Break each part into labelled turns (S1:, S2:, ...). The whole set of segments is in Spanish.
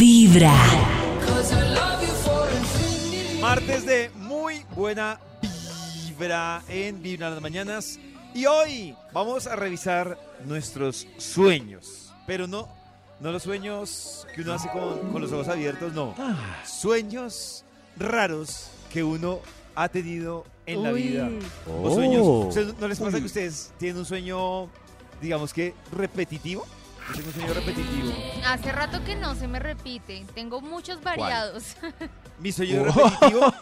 S1: Vibra.
S2: Martes de muy buena vibra en Vibra en las mañanas. Y hoy vamos a revisar nuestros sueños. Pero no, no los sueños que uno hace con, con los ojos abiertos, no. Sueños raros que uno ha tenido en la vida. O sueños. ¿Ustedes ¿No les pasa que ustedes tienen un sueño, digamos que repetitivo? Yo tengo un sueño repetitivo.
S3: Hace rato que no se me repite. Tengo muchos variados.
S2: Mi sueño repetitivo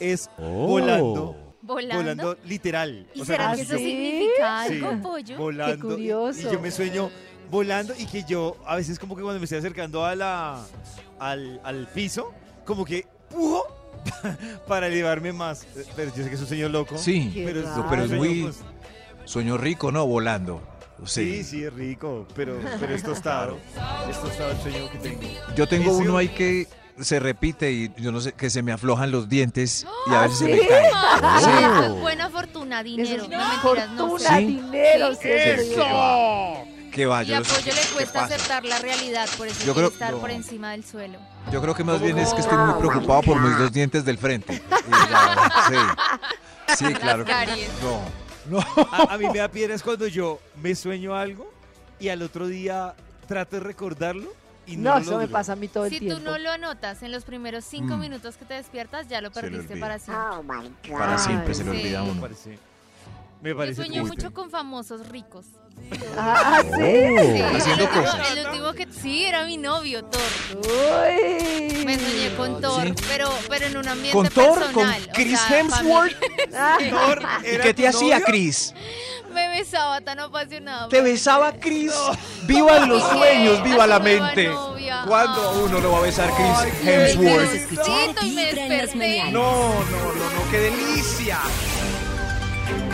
S2: es volando.
S3: Volando.
S2: Volando literal.
S3: ¿Y
S2: O sea,
S3: será
S2: como
S3: que
S2: si
S4: ¿Ah,
S3: eso
S2: yo-
S3: significa
S2: Sí,
S3: algo, pollo?
S2: Volando. y- Y,
S5: curioso.
S2: yo me sueño volando y que yo a veces como que cuando me estoy acercando a la, al, al piso, como que pujo para elevarme más. Eh, Pero yo sé que es un sueño loco.
S4: Sí,
S5: Qué
S2: pero es,
S5: raro.
S4: pero es
S2: sueño,
S4: muy-
S2: pues,
S4: sueño rico, ¿no? Volando.
S2: Sí,
S4: Sí.
S2: sí, es rico, pero, pero es tostado. Es tostado el sueño que tengo.
S4: Yo tengo
S2: Ese-
S4: uno ahí que se repite y yo no sé, que se me aflojan los dientes y a veces
S5: ¿sí?
S4: se me caen.
S3: Ah,
S4: Sí.
S3: eso es buena fortuna,
S5: Eso
S3: dinero.
S5: es
S3: No, mentiras, no
S5: fortuna,
S3: sé.
S4: Sí.
S5: dinero,
S3: Sí.
S5: sí, eso
S4: Sí,
S5: es
S4: que va, Que
S3: Y
S4: vaya.
S3: a Pollo le cuesta aceptar la realidad, por eso
S4: Yo
S3: quiere
S4: creo-
S3: estar
S4: no.
S3: por encima del suelo.
S4: Yo creo que más bien es que estoy muy preocupado por mis dos dientes del frente. Y ya, sí. sí, claro. que-
S3: caries.
S4: No. No.
S2: A, a mí me da piedra es cuando yo me sueño algo y al otro día trato de recordarlo y no,
S5: No,
S2: lo
S5: eso me
S2: logro.
S5: pasa a mí todo el
S3: Si tú
S5: tiempo.
S3: no lo anotas en los primeros cinco
S4: Mm.
S3: minutos que te despiertas, ya lo
S4: Se le
S3: perdiste
S4: olvida.
S3: para siempre.
S4: Para siempre se le
S3: sí.
S4: olvida a
S2: Me
S4: uno.
S2: parece. Me
S3: Yo
S2: parece
S3: sueño
S2: triste.
S3: mucho con famosos ricos.
S5: Ah, sí.
S3: Sí,
S4: Haciendo
S3: el, último,
S4: cosas.
S3: el último que sí era mi novio, Thor.
S5: Uy.
S3: Me soñé con Thor,
S4: Sí.
S3: pero, pero en un ambiente
S4: Con Thor, con
S3: personal. o
S4: Chris
S3: sea,
S4: Hemsworth.
S5: Ah,
S2: Thor,
S4: ¿Y
S2: ¿era
S4: qué te
S2: tu
S4: hacía,
S2: novio?
S4: Chris?
S3: familia. Me besaba tan apasionado.
S4: Te besaba Chris. Viva los sueños, viva la mente. ¿Cuándo a uno lo va a besar Chris Hemsworth?
S1: Queremos escuchar
S3: Siento y me
S1: Vibra en las
S3: desperté.
S1: mañanas.
S4: No, no, no, no, qué delicia.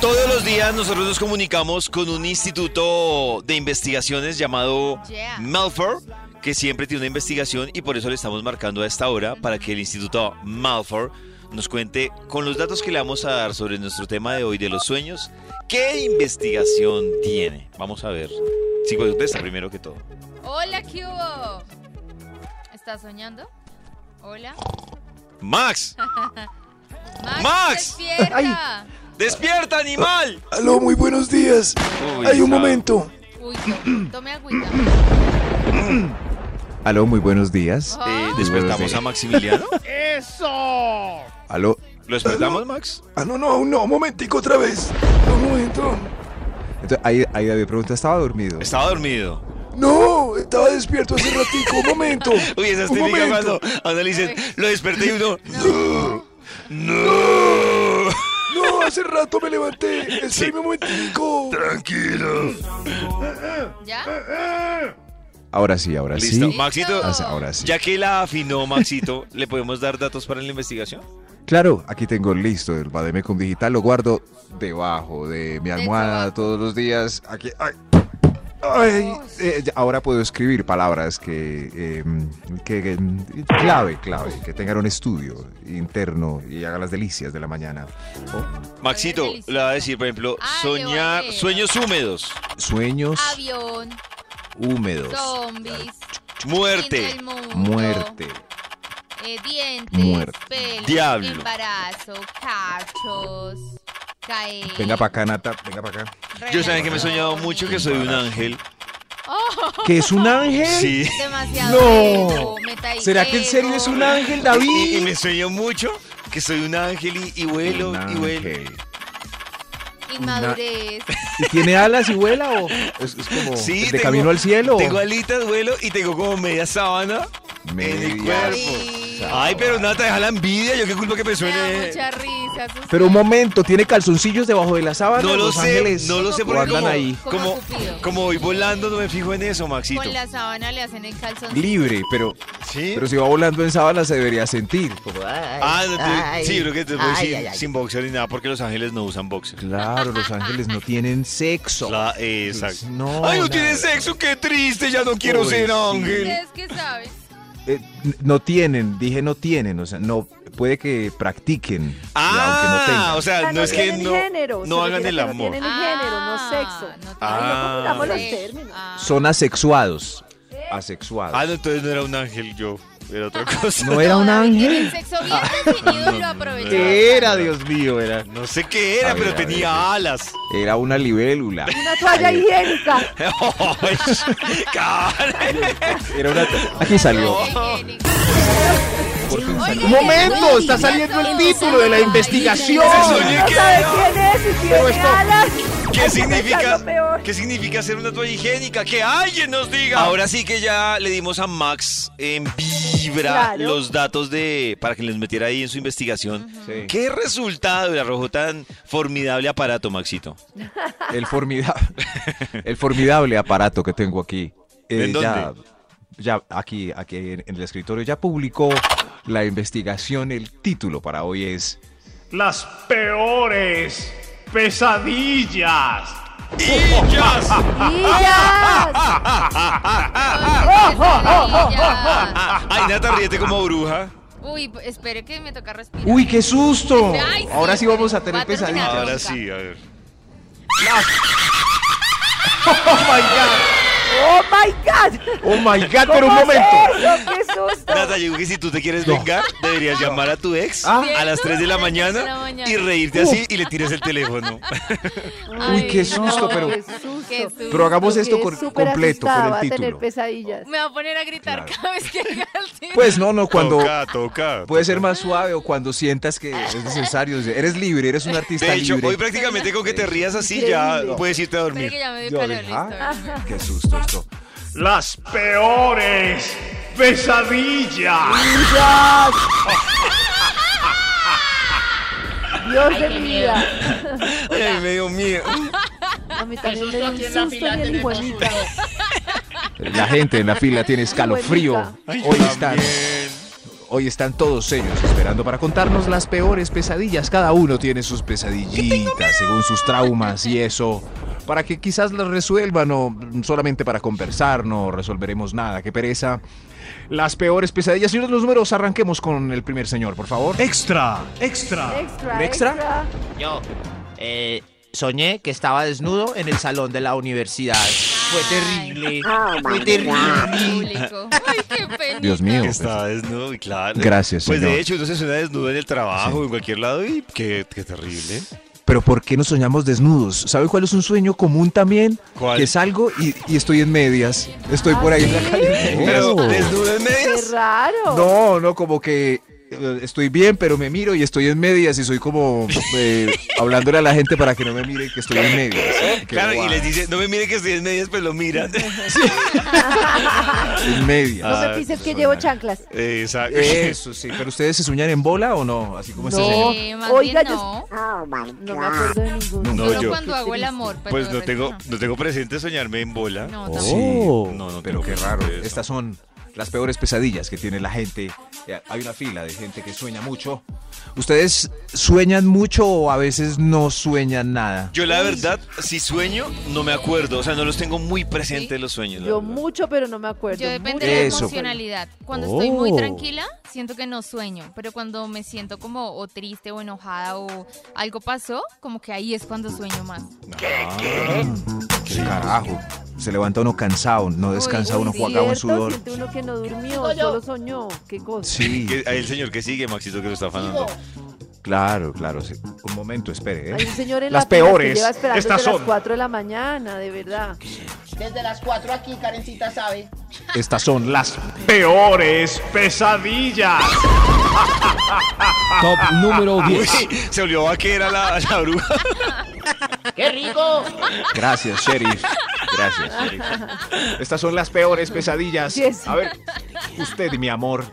S6: Todos los días nosotros nos comunicamos con un instituto de investigaciones llamado
S3: Yeah.
S6: Malfour, que siempre tiene una investigación y por eso le estamos marcando a esta hora para que el instituto Malfour nos cuente con los datos que le vamos a dar sobre nuestro tema de hoy de los sueños, qué investigación tiene. Vamos a ver. Sí, contesta primero que todo.
S3: Hola, ¿qué hubo? ¿Estás soñando? Hola.
S6: Max,
S3: Max,
S6: Max.
S3: despierta.
S6: despierta animal.
S7: Aló, muy buenos días.
S6: Uy,
S7: Hay un
S6: Sab-
S7: momento.
S3: Uy, to- tome agüita.
S4: Aló, muy buenos días.
S6: Eh,
S3: Ajá.
S6: despertamos a Maximiliano.
S4: Aló.
S6: ¿Lo despertamos, Max?
S7: Ah, no, no, aún no, un momentico otra vez. Un momento.
S4: Entonces, ahí, ahí David pregunta, ¿estaba dormido?
S6: Estaba dormido.
S7: No, estaba despierto hace ratico, un momento.
S6: Uy, esa es
S7: un
S6: típica
S7: momento.
S6: cuando, cuando le dicen, lo desperté y uno,
S7: No, hace rato me levanté. Espérame un momentico.
S6: tranquilo.
S3: ¿Ya?
S4: Ahora sí, ahora
S6: Listo,
S4: sí.
S6: Maxito.
S3: Listo.
S4: Ah, Ahora sí.
S6: Ya que la afinó Maxito, ¿le podemos dar datos para la investigación?
S4: Claro, aquí tengo listo el Bademecum Digital, lo guardo debajo de mi almohada
S3: trabajo.
S4: todos los días. Aquí, ay, ay, eh, ya- ahora puedo escribir palabras que, eh, que- que, mm, clave, clave, que tengan un estudio interno y haga las delicias de la mañana. Oh,
S6: Maxito,
S3: Ay,
S6: le va a decir, por ejemplo,
S3: Ay,
S6: soñar,
S3: Ah, le vale.
S6: sueños húmedos,
S4: Sueños
S3: Avión,
S4: húmedos,
S3: zombies, fin
S6: muerte,
S3: del mundo,
S4: muerte,
S3: eh, dientes,
S4: Muerte.
S3: pelos,
S6: Diablo.
S3: embarazo, cachos, caer.
S4: venga para acá, Nata, venga para acá.
S6: yo saben que me he soñado mucho que soy un ángel.
S3: Oh,
S4: ¿Que es un ángel?
S6: Sí.
S3: Demasiado.
S4: No.
S3: ego, meta y
S4: ¿Será que en serio es
S3: ego.
S4: un ángel,
S6: Y, y
S4: David?
S6: me sueño mucho que soy un ángel y, y vuelo
S4: Un
S6: y vuelo.
S4: ángel.
S3: Inmadurez.
S4: ¿Y tiene alas y vuela o es, es como
S6: Sí,
S4: de
S6: tengo-
S4: camino al cielo?
S6: Tengo alitas, vuelo y tengo como media sábana en el
S4: Media
S6: cuerpo.
S3: David.
S6: Ay, pero nada, deja la envidia. Yo qué culpa que me
S3: Me da
S6: suene.
S3: mucha risa. Sus...
S8: Pero un momento, ¿tiene calzoncillos debajo de la sábana?
S6: No lo
S8: Los
S6: sé,
S8: Ángeles?
S6: no lo sé
S8: ¿O
S6: porque
S8: andan
S6: como,
S8: ahí.
S6: como,
S3: Como Cupido.
S6: como voy volando no me fijo en eso, Maxito.
S3: Con la sábana le hacen el calzón.
S4: Libre, pero,
S6: ¿Sí?
S4: pero si va volando en sábana se debería sentir.
S6: Ah, no, te-
S5: Ay,
S6: sí, creo que te voy
S5: ay,
S6: sin,
S5: ay, ay.
S6: sin boxer ni nada porque los ángeles no usan boxer.
S4: Claro, los ángeles no tienen sexo.
S6: La- eh, exacto.
S4: No,
S6: Ay, no
S4: nada.
S6: tiene sexo, qué triste, ya no quiero ser ángel.
S3: ¿Ustedes qué saben?
S4: Eh, n- no tienen, dije no tienen, o sea, no puede que practiquen, aunque no
S6: Ah,
S4: tengan.
S6: o sea,
S5: Ah,
S6: no, es que
S5: tienen
S6: no,
S5: género,
S6: no
S5: se
S6: hagan
S5: refiere
S6: el
S5: a que
S6: amor.
S5: No tienen género, no sexo.
S3: no
S6: Ah.
S5: Ay, no confundamos los
S3: tiene sexo.
S5: términos.
S3: Ah.
S4: Son asexuados. Asexuados.
S6: Ah, no, entonces no era un ángel yo, era otra
S5: Ah,
S6: cosa.
S4: No era un
S3: David,
S4: ángel.
S3: El sexo bien definido y lo aprovechó.
S4: ¿Qué era, Dios mío? Era,
S6: No sé qué era,
S4: A ver,
S6: pero
S4: a ver,
S6: tenía
S4: a
S6: alas.
S4: era una libélula.
S5: Una toalla higiénica.
S6: Ay, Karen.
S4: Era una- Aquí salió.
S1: Lleva
S3: Oiga,
S8: Un momento, está saliendo el título de la investigación.
S6: Eso, oye,
S5: No
S6: ¿qué?
S5: sabe quién es y tiene
S8: esto-
S5: alas.
S6: ¿Qué
S5: Hay que
S6: significa?
S5: pensarlo peor.
S6: ¿Qué significa ser una toalla higiénica? Que alguien nos diga. Ahora sí que ya le dimos a Max en vibra
S5: Claro.
S6: los datos de para que les metiera ahí en su investigación.
S4: Sí.
S6: ¿Qué resultado le arrojó tan formidable aparato, Maxito?
S4: El formidable, el formidable aparato que tengo aquí. eh,
S6: ¿En
S4: Ya, ya aquí, aquí en, en el escritorio ya publicó la investigación. El título para hoy es
S9: las peores pesadillas.
S5: ¡Guillas!
S6: Ay, Nata, ríete como bruja.
S3: Uy, espere que me toca respirar.
S8: ¡Uy, qué susto!
S3: Ay, sí,
S8: Ahora sí vamos a
S3: va
S8: tener
S3: a
S8: pesadillas.
S3: terminar.
S6: Ahora
S3: nunca.
S6: sí, a ver.
S5: ¡Oh, my God!
S8: ¡Oh, my God! Pero un
S5: ¿Cómo es
S8: momento.
S5: eso? ¡Qué susto!
S6: Nata, yo creo que si tú te quieres vengar, deberías llamar a tu ex
S8: Ah.
S6: a las 3 de la
S3: A las tres de la
S6: mañana
S3: mañana.
S6: y reírte así y le tiras el teléfono.
S3: Ay,
S8: Uy, qué susto,
S3: no,
S8: pero-
S5: ¡Qué susto!
S3: qué susto.
S4: Pero hagamos esto
S5: Quedé
S4: con-
S5: súper
S4: completo
S5: asustada,
S4: con
S5: va a
S4: el
S5: tener
S4: título.
S5: pesadillas.
S3: Me va a poner a gritar cada vez que haga el tiro.
S4: Pues no, no, cuando
S6: Toca, toca.
S4: puede ser más suave o cuando sientas que es necesario. Eres libre, eres un artista
S6: De hecho,
S4: libre.
S6: hoy prácticamente con que te rías así ya
S5: Increíble.
S6: puedes irte a
S3: Espere que
S6: dormir.
S3: ya me dio
S4: Yo
S3: calor,
S4: dije, ah,
S3: listo.
S4: qué susto esto.
S9: Las peores pesadillas.
S5: Dios de mi vida.
S4: Pues,
S6: Ay, me dio miedo.
S5: A mí también me dio un susto en el hijuemita.
S4: La gente en la fila tiene escalofrío.
S6: Ay,
S4: Hoy
S6: yo
S4: están,
S6: también.
S4: hoy están todos ellos esperando para contarnos las peores pesadillas. Cada uno tiene sus pesadillitas según sus traumas y eso. Para que quizás las resuelvan o solamente para conversar no resolveremos nada. Qué pereza. Las peores pesadillas. Señores, los números, arranquemos con el primer señor, por favor.
S9: Extra, extra.
S4: ¿Un
S5: Extra,
S4: extra?
S5: extra.
S8: Yo eh, soñé que estaba desnudo en el salón de la universidad. Fue terrible. Fue terrible.
S3: Público. Ay, qué pena.
S4: Dios mío.
S6: Que Está desnudo, y claro.
S4: Gracias,
S6: Pues de
S4: señor.
S6: hecho, uno se suena desnudo en el trabajo, en cualquier lado, y qué, qué terrible.
S4: Pero ¿por qué nos soñamos desnudos? ¿Sabe cuál es un sueño común también?
S6: ¿Cuál?
S4: Que salgo y, y estoy en medias. Estoy por ahí en
S10: Ah,
S4: la calle. Oh. en medias.
S6: Pero desnudo en
S5: Ah, ¡Qué
S6: medias.
S5: raro!
S4: No, no, como que eh, estoy bien, pero me miro y estoy en medias y soy como eh, hablándole a la gente para que no me mire que estoy en medias. ¿eh? Qué
S6: ¿Eh? Claro, y
S4: guay.
S6: les dice, no me mire que estoy en medias, pero lo miran.
S3: Pues
S4: En medias.
S5: No
S6: Ah,
S5: me pises que llevo chanclas.
S6: Exacto.
S4: Eso sí, pero ustedes se sueñan en bola o no, así como este señor.
S3: Sí, eh, más
S5: Oiga,
S3: bien
S5: yo- Oh,
S3: no.
S5: No me acuerdo de ninguno.
S6: No,
S3: Solo
S6: yo-
S3: cuando hago el amor. pero
S6: Pues
S3: de
S6: no
S3: resto
S6: tengo, no tengo presente soñarme en bola.
S3: No,
S4: Oh,
S3: tampoco.
S6: Sí. No, no tengo
S4: pero qué
S6: presente
S4: raro.
S6: eso.
S4: Estas son las peores pesadillas que tiene la gente. Eh, Hay una fila de gente que sueña mucho. ¿Ustedes sueñan mucho o a veces no sueñan nada?
S6: Yo la verdad, si sueño, no me acuerdo. O sea, no los tengo muy presentes los sueños. la
S5: Yo
S6: verdad.
S5: mucho, pero no me acuerdo.
S3: Yo depende
S5: mucho.
S3: de la
S4: Eso.
S3: emocionalidad. Cuando estoy muy
S4: Oh.
S3: tranquila, siento que no sueño, pero cuando me siento como o triste o enojada o algo pasó, como que ahí es cuando sueño más.
S4: ¿Qué carajo? Se levanta uno cansado, no descansa
S3: uy,
S4: uno,
S3: sí,
S4: jugaba en
S5: Cierto,
S4: sudor.
S5: Siente uno que no durmió, solo soñó. Qué cosa.
S4: Sí,
S6: Que- ahí el señor que sigue, Maxito, que lo está afanando.
S4: claro, claro. sí. Un momento, espere. ¿eh?
S5: Hay un señor en
S8: Las
S5: la fila que
S8: peores.
S5: lleva esperando
S9: Estas
S5: desde las
S9: son.
S5: 4 de la mañana, de verdad.
S11: Desde las 4 aquí, Karencita sabe.
S4: Estas son las
S9: Peores pesadillas.
S8: Top número
S6: Uy, se olió vaquera la, la bruja.
S11: ¡Qué rico!
S4: Gracias, Sheriff. Gracias, Sheriff.
S8: Estas son las peores pesadillas.
S5: Yes.
S8: A ver, usted, mi amor.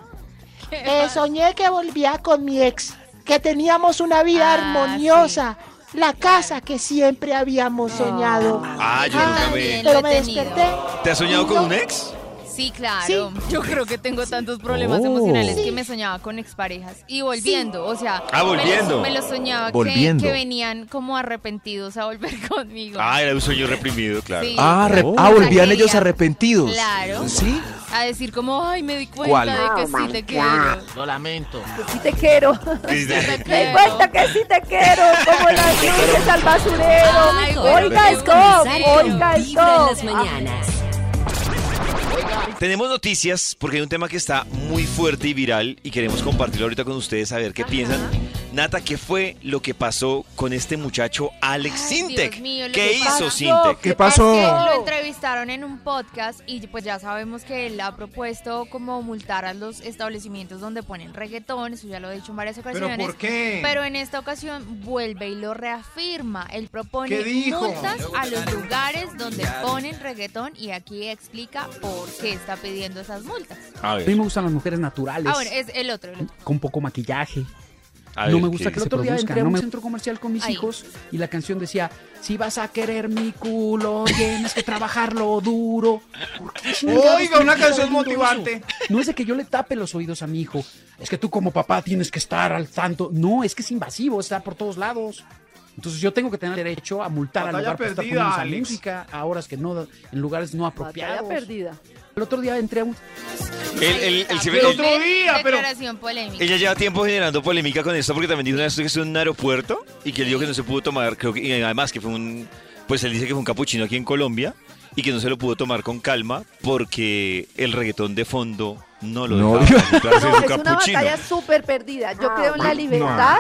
S8: Eh, soñé que volvía con mi ex, que teníamos una vida
S3: Ah,
S8: armoniosa, la casa que siempre habíamos soñado.
S6: Ah, yo nunca me...
S8: Pero
S3: lo
S8: me
S3: he tenido.
S8: desperté.
S6: ¿Te has soñado con un ex?
S3: Sí, claro. Yo creo que tengo tantos problemas
S4: Oh.
S3: emocionales
S4: Sí.
S3: que me soñaba con exparejas. Y volviendo, o sea. me
S6: Ah,
S3: los-
S6: volviendo.
S3: Me lo soñaba que-
S4: Volviendo.
S3: Que, venían como arrepentidos a volver conmigo.
S6: Ah, era un sueño reprimido, claro.
S3: Sí.
S4: Ah, re-
S3: Oh.
S4: ah, volvían
S3: Quería.
S4: ellos arrepentidos.
S3: Claro.
S4: Sí.
S3: A decir como, ay, me di cuenta
S4: pues, ¿Cuál?
S3: de que sí te quiero.
S12: Lo lamento.
S10: Ah, Sí te quiero.
S6: Desde-
S10: Me di cuenta que sí te quiero. Como las luces al basurero.
S3: Ay, bueno,
S10: Oiga,
S3: pero
S10: stop.
S3: comenzar con
S10: Oiga,
S1: Vibra en las
S10: stop. Ah,
S1: mañanas.
S6: Tenemos noticias porque hay un tema que está muy fuerte y viral y queremos compartirlo ahorita con ustedes a ver qué piensan. Nata, ¿qué fue lo que pasó con este muchacho Alex
S3: Ay,
S6: Sintek?
S3: Dios mío, lo
S6: ¿Qué
S3: que
S6: hizo
S3: pasa?
S6: Sintek?
S4: ¿Qué pasó?
S3: Es que lo entrevistaron en un podcast y pues ya sabemos que él ha propuesto como multar a los establecimientos donde ponen reggaetón, eso ya lo he dicho en varias ocasiones.
S13: ¿por qué?
S3: Pero en esta ocasión vuelve y lo reafirma. Él propone
S13: ¿Qué dijo?
S3: multas a los lugares donde ponen reggaetón y aquí explica por qué está pidiendo esas multas.
S6: A
S14: A mí me gustan las mujeres naturales,
S3: Ahora, es el otro, el otro.
S14: con poco maquillaje.
S6: a
S14: no
S6: ver
S14: me gusta
S6: qué
S14: que el
S6: dice.
S14: otro día
S6: produzcan,
S14: entré a
S6: no
S14: un
S6: me-
S14: centro comercial con mis
S3: Ahí.
S14: hijos y la canción decía, si vas a querer mi culo, tienes que trabajarlo duro. ¿Por qué chingados
S13: Oiga,
S14: tienes
S13: una
S14: que
S13: canción
S14: estar oyendo
S13: motivante.
S14: eso? No es de que yo le tape los oídos a mi hijo, es que tú como papá tienes que estar al tanto. No, es que es invasivo, está por todos lados. Entonces yo tengo que tener derecho a multar al
S13: Batalla
S14: lugar por estar
S13: perdida,
S14: poniendo esa
S13: Alex.
S14: música a horas que no, en lugares no
S10: Batalla
S14: apropiados.
S10: perdida.
S14: El otro día entré a un
S6: El, el- el-
S3: Está,
S6: el-
S13: El otro
S3: primer
S13: día, pero-
S3: Declaración polémica.
S6: ella lleva tiempo generando polémica con esto porque también dijo una vez que estuvo en un aeropuerto y que él dijo que no se pudo tomar, creo que, y además que fue un, pues él dice que fue un capuchino aquí en Colombia y que no se lo pudo tomar con calma porque el reggaetón de fondo no lo
S4: No.
S6: dejaba disfrutarse de
S10: No,
S6: su
S10: es una
S6: capuchino.
S10: batalla súper perdida. Yo creo en la libertad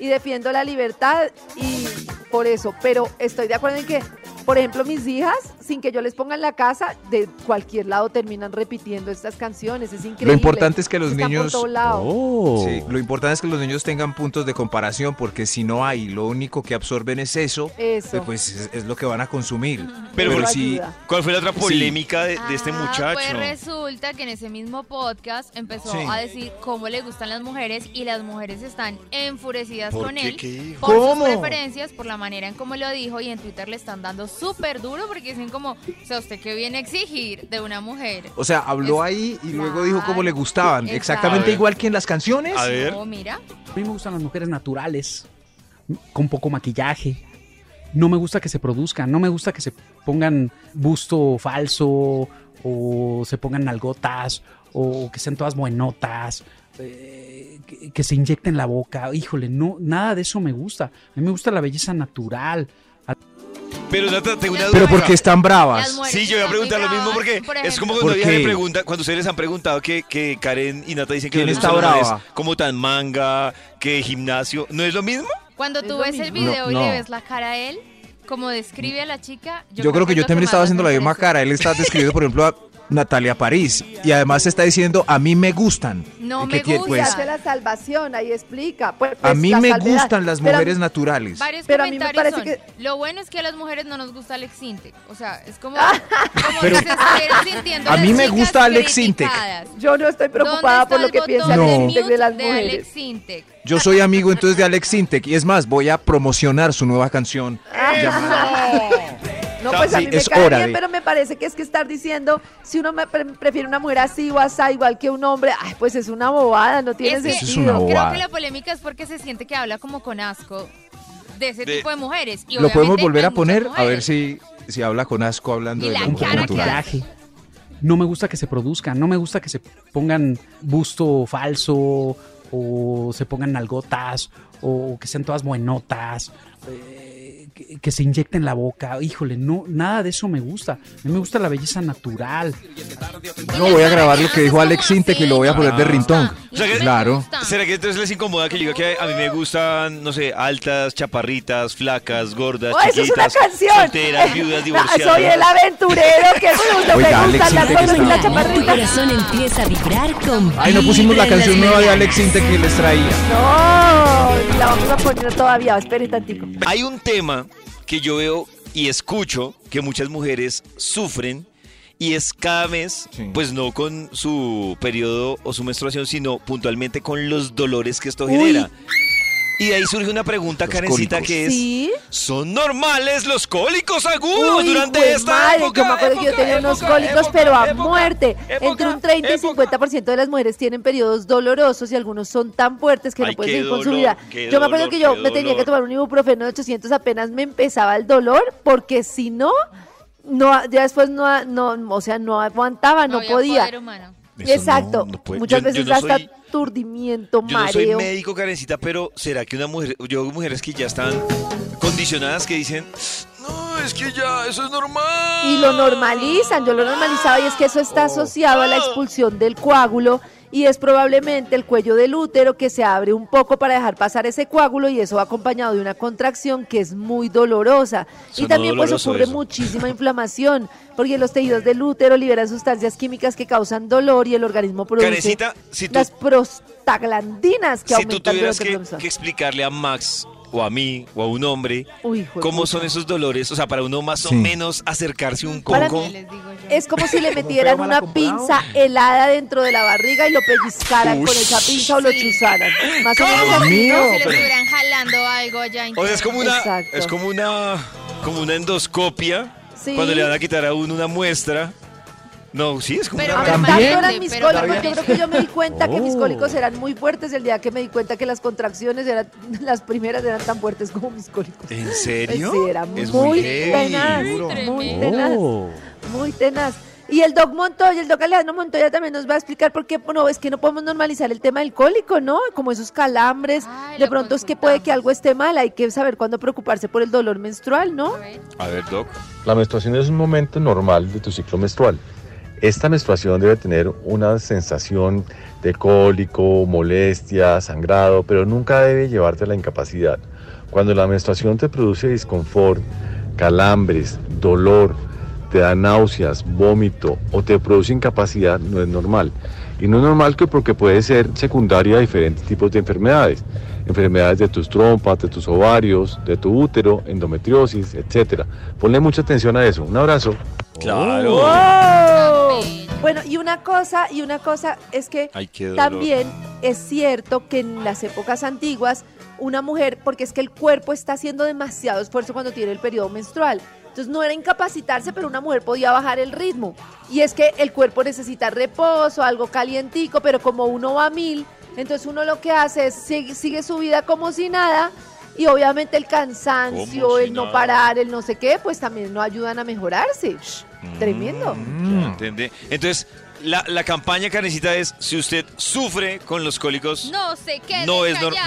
S10: y defiendo la libertad y por eso, pero estoy de acuerdo en que, por ejemplo, mis hijas, sin que yo les ponga en la casa, de cualquier lado terminan repitiendo estas canciones. Es increíble.
S4: Lo importante es que los
S10: Están
S4: niños. Oh,
S10: Por todo lado.
S6: Oh.
S4: Sí, lo importante es que los niños tengan puntos de comparación porque si no hay, lo único que absorben es eso,
S10: Eso.
S4: pues es, es lo que van a consumir.
S6: Pero
S4: Pero
S6: por-
S4: sí,
S10: ayuda.
S6: ¿Cuál fue la otra
S4: Sí.
S6: polémica de, de este
S3: Ah,
S6: muchacho?
S3: Pues resulta que en ese mismo podcast empezó
S4: Sí.
S3: a decir cómo le gustan las mujeres y las mujeres están enfurecidas
S6: ¿Por
S3: con
S6: qué?
S3: él
S6: ¿Qué dijo?
S3: por
S13: ¿Cómo?
S3: sus preferencias, por la manera en cómo lo dijo y en Twitter le están dando súper duro porque dicen como, o sea, usted qué viene a exigir de una mujer.
S4: o sea, habló
S3: Es-
S4: ahí y luego dijo cómo le
S3: Claro.
S4: gustaban,
S3: Exacto.
S4: exactamente
S6: A ver.
S4: igual que en las canciones.
S6: A ver.
S3: No, mira.
S14: A mí me gustan las mujeres naturales, con poco maquillaje. No me gusta que se produzcan, no me gusta que se pongan busto falso o se pongan nalgotas o que sean todas buenotas, eh, que, que se inyecten la boca. Híjole, no, nada de eso me gusta. A mí me gusta la belleza natural.
S6: Pero Nata, tengo una duda.
S4: Pero porque están
S3: Las
S4: bravas.
S3: mujeres
S6: Sí, yo voy a
S3: están muy
S6: preguntar lo mismo
S3: bravas,
S6: porque
S3: por
S6: es
S3: ejemplo.
S6: como cuando,
S4: ¿Por
S6: ella le
S4: qué?
S6: pregunta, cuando ustedes les han preguntado que, que Karen y Nata dicen que
S4: ¿Quién
S6: les
S4: está
S6: gustan las mujeres
S4: brava?
S6: como tan manga, que gimnasio. ¿No es lo mismo?
S3: Cuando
S10: Es
S3: tú
S10: lo
S3: ves el
S4: mismo.
S3: video
S4: No,
S3: y
S4: no.
S3: le ves la cara a él, como describe a la chica.
S4: Yo, creo que
S3: es
S4: yo
S3: lo
S4: también
S3: más
S4: estaba
S3: las
S4: haciendo la misma
S3: ofrece.
S4: cara. Él está describiendo, por ejemplo, a Natalia París y además está diciendo, a mí me gustan.
S3: No
S4: ¿Y
S3: me
S4: qué tiene?
S3: gusta.
S10: Se
S4: Pues,
S10: hace la salvación, ahí explica. Pues,
S4: A
S10: pues,
S4: mí
S10: la
S4: me
S10: salvedad.
S4: gustan las
S10: Pero a mí-
S4: mujeres naturales.
S3: Varios
S10: Pero a mí me
S3: comentarios
S10: parece
S3: son, lo bueno es que a las mujeres no nos gusta Alex Sintek. O sea, es como,
S4: Pero-
S3: pero, se estuvieran sintiendo
S4: A
S3: las
S4: mí me
S3: chicas
S4: gusta Alex Sintek.
S3: criticadas.
S10: Yo no estoy preocupada
S3: ¿Dónde
S10: por
S3: está
S10: lo
S3: el
S10: que piensa el
S4: botón de
S10: Sintek de las
S3: de Alex
S10: mujeres.
S3: Sintek.
S4: Yo soy amigo entonces de Alex Sintek y es más, voy a promocionar su nueva canción.
S10: No, pues a
S4: Sí,
S10: mí me
S4: es
S10: cae
S4: hora
S10: bien,
S4: de-
S10: pero me parece que es que estar diciendo si uno me pre- prefiere una mujer así o asá igual que un hombre, ay, pues es una bobada, no tiene
S3: Es que-
S10: sentido.
S4: Eso es una
S3: Creo
S4: bobada.
S3: que la polémica es porque se siente que habla como con asco de ese
S6: De-
S3: tipo de mujeres. Y
S4: Lo podemos
S3: obviamente
S4: volver
S3: hay
S4: a poner
S3: muchas
S4: a ver
S3: mujeres.
S4: si, si habla con asco hablando
S3: Y
S4: de
S3: la
S4: la
S14: Con poco
S4: mujer
S3: cara que
S4: natural.
S3: hace.
S14: maquillaje. No me gusta que se produzcan, no me gusta que se pongan busto falso o se pongan nalgotas o que sean todas buenotas, eh, que, que se inyecten la boca. Híjole, no, nada de eso me gusta. A mí me gusta la belleza natural.
S4: No voy a grabar lo que dijo Alex Sintek y lo voy a poner de
S6: Ah.
S4: rintón.
S6: O sea que-
S4: Claro.
S6: ¿Será que entonces les incomoda que yo diga que a mí me gustan, no sé, altas, chaparritas, flacas, gordas,
S10: Oh, eso es una
S6: chiquitas,
S10: canción.
S6: solteras, viudas, divorciadas?
S10: Soy el aventurero que es justo,
S4: Oiga,
S10: me
S4: Alex,
S10: gustan las
S4: ¿usted qué
S10: cosas y la
S4: está-
S1: Tu
S10: chaparrita.
S1: corazón empieza a vibrar con
S4: Ay, no pusimos la
S1: Vibra en las
S4: canción nueva de
S1: mañanas.
S4: Alex Sintek que les traía.
S10: No, la vamos a poner todavía, espere tantico.
S6: Hay un tema que yo veo y escucho que muchas mujeres sufren y es cada mes, pues no con su periodo o su menstruación, sino puntualmente con los dolores que esto
S10: Uy.
S6: genera. Y de ahí surge una pregunta, Karencita,
S10: cólicos.
S6: que es,
S10: ¿Sí?
S6: ¿son normales los cólicos agudos
S10: Uy,
S6: durante
S10: güey,
S6: esta
S10: madre,
S6: época?
S10: Yo me acuerdo que yo tenía unos cólicos, pero a muerte. Entre un 30 y 50% de las mujeres tienen periodos dolorosos y algunos son tan fuertes que
S6: Ay,
S10: no pueden
S6: qué
S10: seguir con su
S6: dolor,
S10: vida.
S6: qué
S10: Yo me acuerdo
S6: dolor,
S10: que yo
S6: qué
S10: me tenía que
S6: dolor.
S10: tomar un ibuprofeno de 800 apenas me empezaba el dolor, porque si no, no ya después no, no o sea, no aguantaba, no, podía.
S6: Eso
S10: Exacto.
S6: no, no puede.
S10: Muchas
S6: Yo- yo
S10: veces
S6: no
S10: hasta
S6: soy-
S10: aturdimiento,
S6: Yo no soy
S10: mareo.
S6: médico, Karencita, pero ¿será que una mujer, yo veo mujeres que ya están condicionadas que dicen, no, es que ya, eso es normal?
S10: y lo normalizan, yo lo normalizaba y es que eso está asociado a la expulsión del coágulo y es probablemente el cuello del útero que se abre un poco para dejar pasar ese coágulo y eso va acompañado de una contracción que es muy dolorosa. y
S15: Eso no
S10: también pues
S15: doloroso
S10: ocurre
S15: eso.
S10: muchísima inflamación porque los tejidos del útero liberan sustancias químicas que causan dolor y el organismo produce
S6: Karencita, si tú-
S10: las prostaglandinas que
S6: Si tú
S10: aumentan
S6: tuvieras
S10: durante el
S6: que, que explicarle a Max o a mí o a un hombre
S10: Uy, pues hijo de
S6: cómo
S10: puta.
S6: son esos dolores, o sea, para uno más
S4: Sí.
S6: o menos acercarse un
S10: Para
S6: poco.
S10: mí es como si le metieran
S6: Como feo mal
S10: una pinza helada dentro de la barriga y lo pellizcaran
S6: Ush.
S10: con esa pinza o lo chuzaran. Más o menos
S6: Dios
S10: así,
S6: mío,
S10: ¿no?
S3: Se le estuvieran jalando algo allá.
S6: O sea, es como una,
S10: Exacto.
S6: es como una, como una endoscopia
S10: Sí.
S6: cuando le van a quitar a uno una muestra. No, sí, es como
S10: Pero
S6: una.
S10: tanto eran mis
S3: pero
S10: cólicos, yo
S3: también.
S10: creo que yo me di cuenta que mis
S6: Oh.
S10: cólicos eran muy fuertes el día que me di cuenta que las contracciones eran las primeras eran tan fuertes como mis cólicos.
S6: ¿En serio?
S10: Sí, era
S6: Es
S10: muy,
S6: heavy.
S10: tenaz, muy
S6: Oh.
S10: tenaz. Muy tenaz. Y el Doc Montoya, el Doc Alejandro Montoya también nos va a explicar por qué, no, es que no podemos normalizar el tema del cólico, ¿no? Como esos calambres, de pronto es que puede que algo esté mal, hay que saber cuándo preocuparse por el dolor menstrual, ¿no?
S6: A ver, Doc.
S16: La menstruación es un momento normal de tu ciclo menstrual. Esta menstruación debe tener una sensación de cólico, molestia, sangrado, pero nunca debe llevarte a la incapacidad. Cuando la menstruación te produce disconfort, calambres, dolor, te da náuseas, vómito o te produce incapacidad, no es normal. Y no es normal que porque puede ser secundaria a diferentes tipos de enfermedades. Enfermedades de tus trompas, de tus ovarios, de tu útero, endometriosis, etc. Ponle mucha atención a eso. Un abrazo.
S6: Claro.
S10: ¡Wow! Bueno, y una cosa, y una cosa es que
S6: Ay, qué dolor.
S10: también es cierto que en las épocas antiguas una mujer, porque es que el cuerpo está haciendo demasiado esfuerzo cuando tiene el periodo menstrual. Entonces no era incapacitarse, pero una mujer podía bajar el ritmo. Y es que el cuerpo necesita reposo, algo calientico, pero como uno va a mil, entonces uno lo que hace es sigue, sigue su vida como si nada. Y obviamente el cansancio,
S6: Como si
S10: el no
S6: nada.
S10: parar, el no sé qué, pues también no ayudan a mejorarse. Tremendo.
S4: Mm.
S6: Ya entendí. Entonces, la, la campaña, Karencita, es si usted sufre con los cólicos,
S3: No sé qué.
S6: no es normal.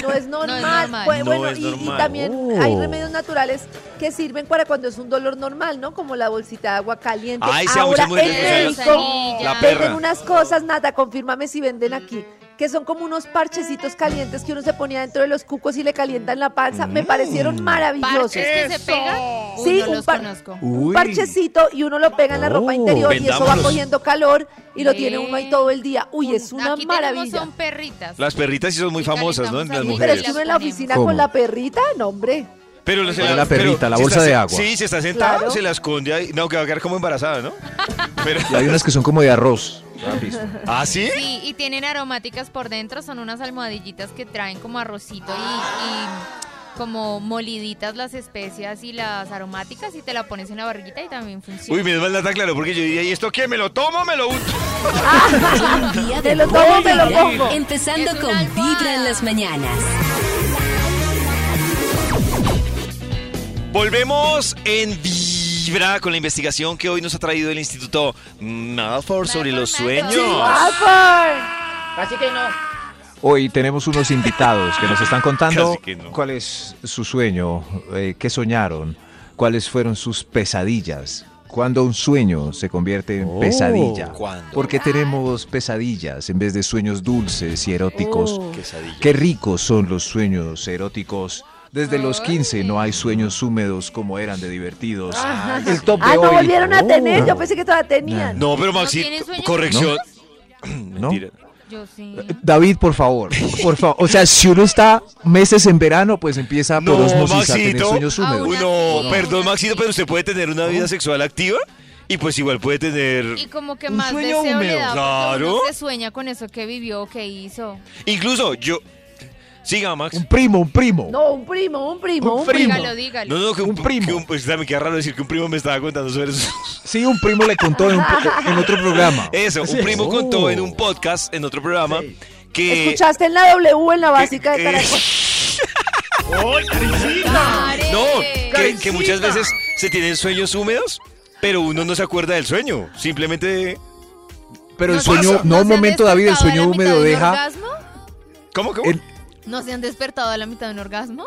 S10: No es normal.
S3: normal.
S10: Pues,
S6: No
S10: bueno,
S6: es
S10: y- Y,
S6: normal.
S10: también
S6: Oh.
S10: hay remedios naturales que sirven para cuando es un dolor normal, ¿no? Como la bolsita de agua caliente.
S6: Ay, sí, a
S10: Ahora
S6: muchas mujeres
S10: en
S6: les
S10: México
S6: usan la- la
S10: venden
S6: perra.
S10: unas cosas, nada, confírmame si venden aquí. Que son como unos parchecitos calientes que uno se ponía dentro de los cucos y le calientan la panza.
S6: Mm.
S10: Me parecieron maravillosos.
S3: ¿Parches que se pegan? Uy,
S10: Sí,
S3: no
S10: un
S3: los
S10: par-
S3: conozco.
S10: un parchecito y uno lo pega en la ropa
S3: Oh.
S10: interior y eso va
S6: Vendámoslos.
S10: cogiendo calor y lo
S3: Ve.
S10: tiene uno ahí todo el día. Uy, es una
S3: Aquí tenemos
S10: maravilla.
S3: son perritas.
S6: Las perritas sí son muy famosas, ¿no? En las
S10: Pero es
S6: mujeres.
S10: que uno en la oficina
S6: ¿Cómo?
S10: con la perrita, no, hombre.
S6: Pero los-
S4: Con la
S6: pero
S4: perrita, la
S6: si
S4: bolsa
S6: está-
S4: de agua.
S6: Sí, si está sentada,
S10: Claro.
S6: se la esconde ahí. No, que va a quedar como embarazada, ¿no? Pero,
S4: Y hay unas que son como de arroz.
S6: ¿Ah, sí?
S3: Sí, y tienen aromáticas por dentro, son unas almohadillitas que traen como arrocito y, y como moliditas las especias y las aromáticas y te la pones en la barriguita y también funciona.
S6: Uy, menos mal está claro, porque yo diría, ¿y esto qué? ¿Me lo tomo o me lo unto?
S1: Te
S10: Ah, lo tomo, te lo pongo.
S1: Empezando con Vibra en las mañanas.
S6: Volvemos en Vibra con la investigación que hoy nos ha traído el Instituto Malfour sobre los sueños.
S8: ah,
S11: pues. Así que no.
S4: Hoy tenemos unos invitados que nos están contando
S6: Casi que no.
S4: cuál es su sueño, eh, qué soñaron, cuáles fueron sus pesadillas, cuando un sueño se convierte en pesadilla.
S6: Oh, ¿Cuándo?
S4: Porque tenemos pesadillas en vez de sueños dulces y eróticos.
S6: Oh. Quesadillas.
S4: Qué ricos son los sueños eróticos. Desde los 15 no hay sueños húmedos como eran de divertidos. El top de
S10: ah, no
S4: hoy.
S10: volvieron a
S4: Oh.
S10: tener, yo pensé que todavía tenían.
S6: No, pero
S3: ¿No
S6: Maxi,
S3: tienen sueños
S6: corrección.
S4: ¿No?
S3: Yo sí.
S4: David, por favor, por favor. O sea, si uno está meses en verano, pues empieza por
S6: No,
S4: osmosis a tener
S6: Maxito.
S4: sueños húmedos.
S6: No, perdón, Maxito, pero usted puede tener una vida sexual activa Y pues igual puede tener...
S3: Y como que
S6: Un
S3: más deseo
S6: sueño
S3: le
S6: húmedo.
S3: da porque uno
S6: Claro.
S3: se sueña con eso que vivió, que hizo.
S6: Incluso yo... Siga, Max. Un
S4: primo, un primo.
S10: No, un primo, un primo, un, primo.
S3: Dígalo, dígalo.
S6: No, no, que un, primo. Que un, pues, dame, qué raro decir que un primo me estaba contando sobre eso.
S4: Sí, un primo le contó en, un pro- en otro programa.
S6: Eso,
S4: Sí.
S6: un primo
S4: Oh.
S6: contó en un podcast, en otro programa,
S4: eh,
S6: que...
S10: ¿Escuchaste en la W en la básica de
S6: eh,
S10: Caracol?
S6: No, que, que muchas veces se tienen sueños húmedos, pero uno no se acuerda del sueño. Simplemente...
S4: Pero el
S6: ¿No
S4: sueño,
S6: pasa?
S4: no, un momento, David, el
S3: ¿Despertado a
S4: sueño
S3: la mitad de
S4: húmedo
S3: un
S4: deja.
S3: orgasmo?
S6: ¿Cómo, cómo?
S3: ¿No se han despertado a la mitad de un orgasmo?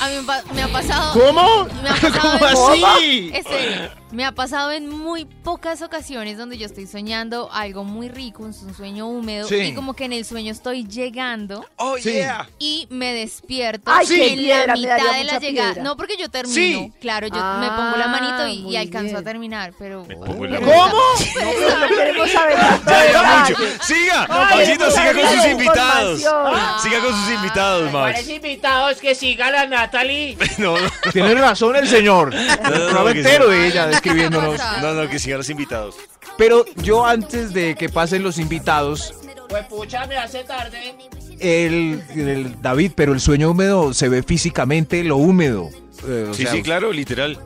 S3: A mí me pa- me ha pasado.
S4: ¿Cómo?
S3: Me ha pasado
S4: ¿Cómo
S3: en-
S4: así?
S3: En serio, me ha pasado en muy pocas ocasiones donde yo estoy soñando algo muy rico, un un sueño húmedo,
S6: Sí.
S3: y como que en el sueño estoy llegando.
S6: Oh, Sí. yeah.
S3: Y me despierto
S10: Ay,
S3: en
S10: qué piedra,
S3: la
S10: me daría
S3: mitad de la
S10: mucha
S3: llegada.
S10: piedra.
S3: No, porque yo termino.
S10: Sí.
S3: Claro, yo me
S10: Ah,
S3: pongo la manito y- y,
S10: muy
S3: alcanzo a
S10: bien.
S3: terminar, pero. pero-
S6: ¿Cómo?
S3: pero-
S10: No queremos saber.
S6: Ya, ya,
S10: Ay,
S6: mucho. Siga,
S11: Ay,
S6: Maxito,
S11: no
S6: siga con
S11: sabía
S6: sus
S11: la
S6: invitados.
S11: información.
S6: Siga con sus invitados,
S11: Varios
S6: Max.
S11: invitados que siga la Natalie.
S6: No, no.
S4: Tiene razón el señor.
S6: No, no,
S4: programa
S6: que
S4: entero
S6: siga.
S4: de ella describiéndonos.
S6: No, no, que sigan los invitados.
S8: Pero yo antes de que pasen los invitados,
S11: Pues pucha, me hace tarde.
S4: El, el- David, pero el sueño húmedo se ve físicamente lo húmedo. Eh, o
S6: Sí,
S4: sea,
S6: sí, claro, literal.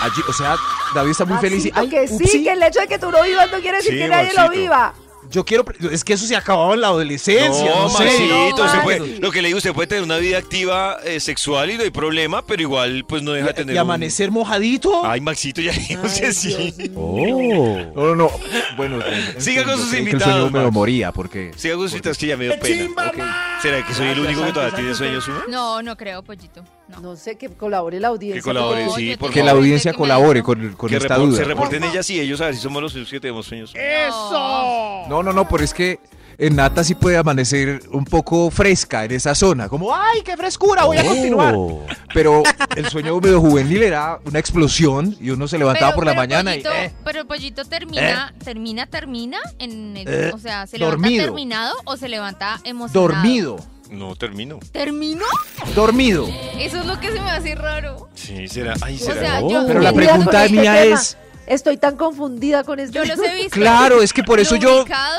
S4: Ah. allí- o sea, David está
S6: Ah,
S4: muy feliz. y,
S10: Maxito,
S4: "Ay,
S10: que sí,
S4: upsí,
S10: que el hecho de que tú no vivas no quiere decir
S4: Sí,
S10: que nadie lo
S4: Maxito.
S10: viva.
S4: yo quiero. pre- Es que eso se acababa en la adolescencia. No,
S6: No,
S4: sé.
S6: Maxito, usted
S4: No,
S6: puede-
S4: Maxi.
S6: lo que le digo, usted puede tener una vida activa eh, sexual y no hay problema, pero igual pues no deja de tener
S4: Y amanecer mojadito.
S6: un- Ay, Maxito, ya no sé si.
S4: No, no, no. Bueno,
S6: Siga con
S4: yo
S6: sus
S4: creí que El
S6: invitados,
S4: sueño húmedo
S6: Max.
S4: moría porque.
S6: Siga con sus invitados que ya me dio pena. Ok. ¿Será que soy el único que todavía tiene sueños húmedos?
S3: No, no creo, pollito.
S10: No, sé, que colabore la audiencia.
S6: Que colabore,
S10: por
S6: sí,
S10: favor.
S6: por
S4: Que la
S6: favor.
S4: audiencia colabore con, con
S6: Que
S4: esta
S6: repor-
S4: duda.
S6: Se reporten ellas y ellos a ver si somos los únicos que tenemos sueños.
S11: ¡Eso!
S4: No, no, no, pero es que en Nata sí puede amanecer un poco fresca en esa zona, como ¡ay, qué frescura! Voy a continuar. Oh. Pero el sueño húmedo juvenil era una explosión y uno se levantaba por la mañana
S3: pollito,
S4: y. eh,
S3: Pero el pollito termina, termina, termina. En el-
S4: Eh,
S3: o sea, ¿se levanta
S4: dormido.
S3: terminado o se levanta emocionado?
S4: dormido.
S6: No, termino.
S3: ¿Termino?
S4: Dormido.
S3: Eso es lo que se me hace raro.
S6: Sí, será. Ay,
S3: O
S6: será.
S3: sea,
S4: yo- Pero la pregunta
S10: Este
S4: mía
S10: tema,
S4: es-
S10: Estoy tan confundida con este.
S3: Yo los he visto.
S4: Claro, es que por eso yo.
S3: lubricados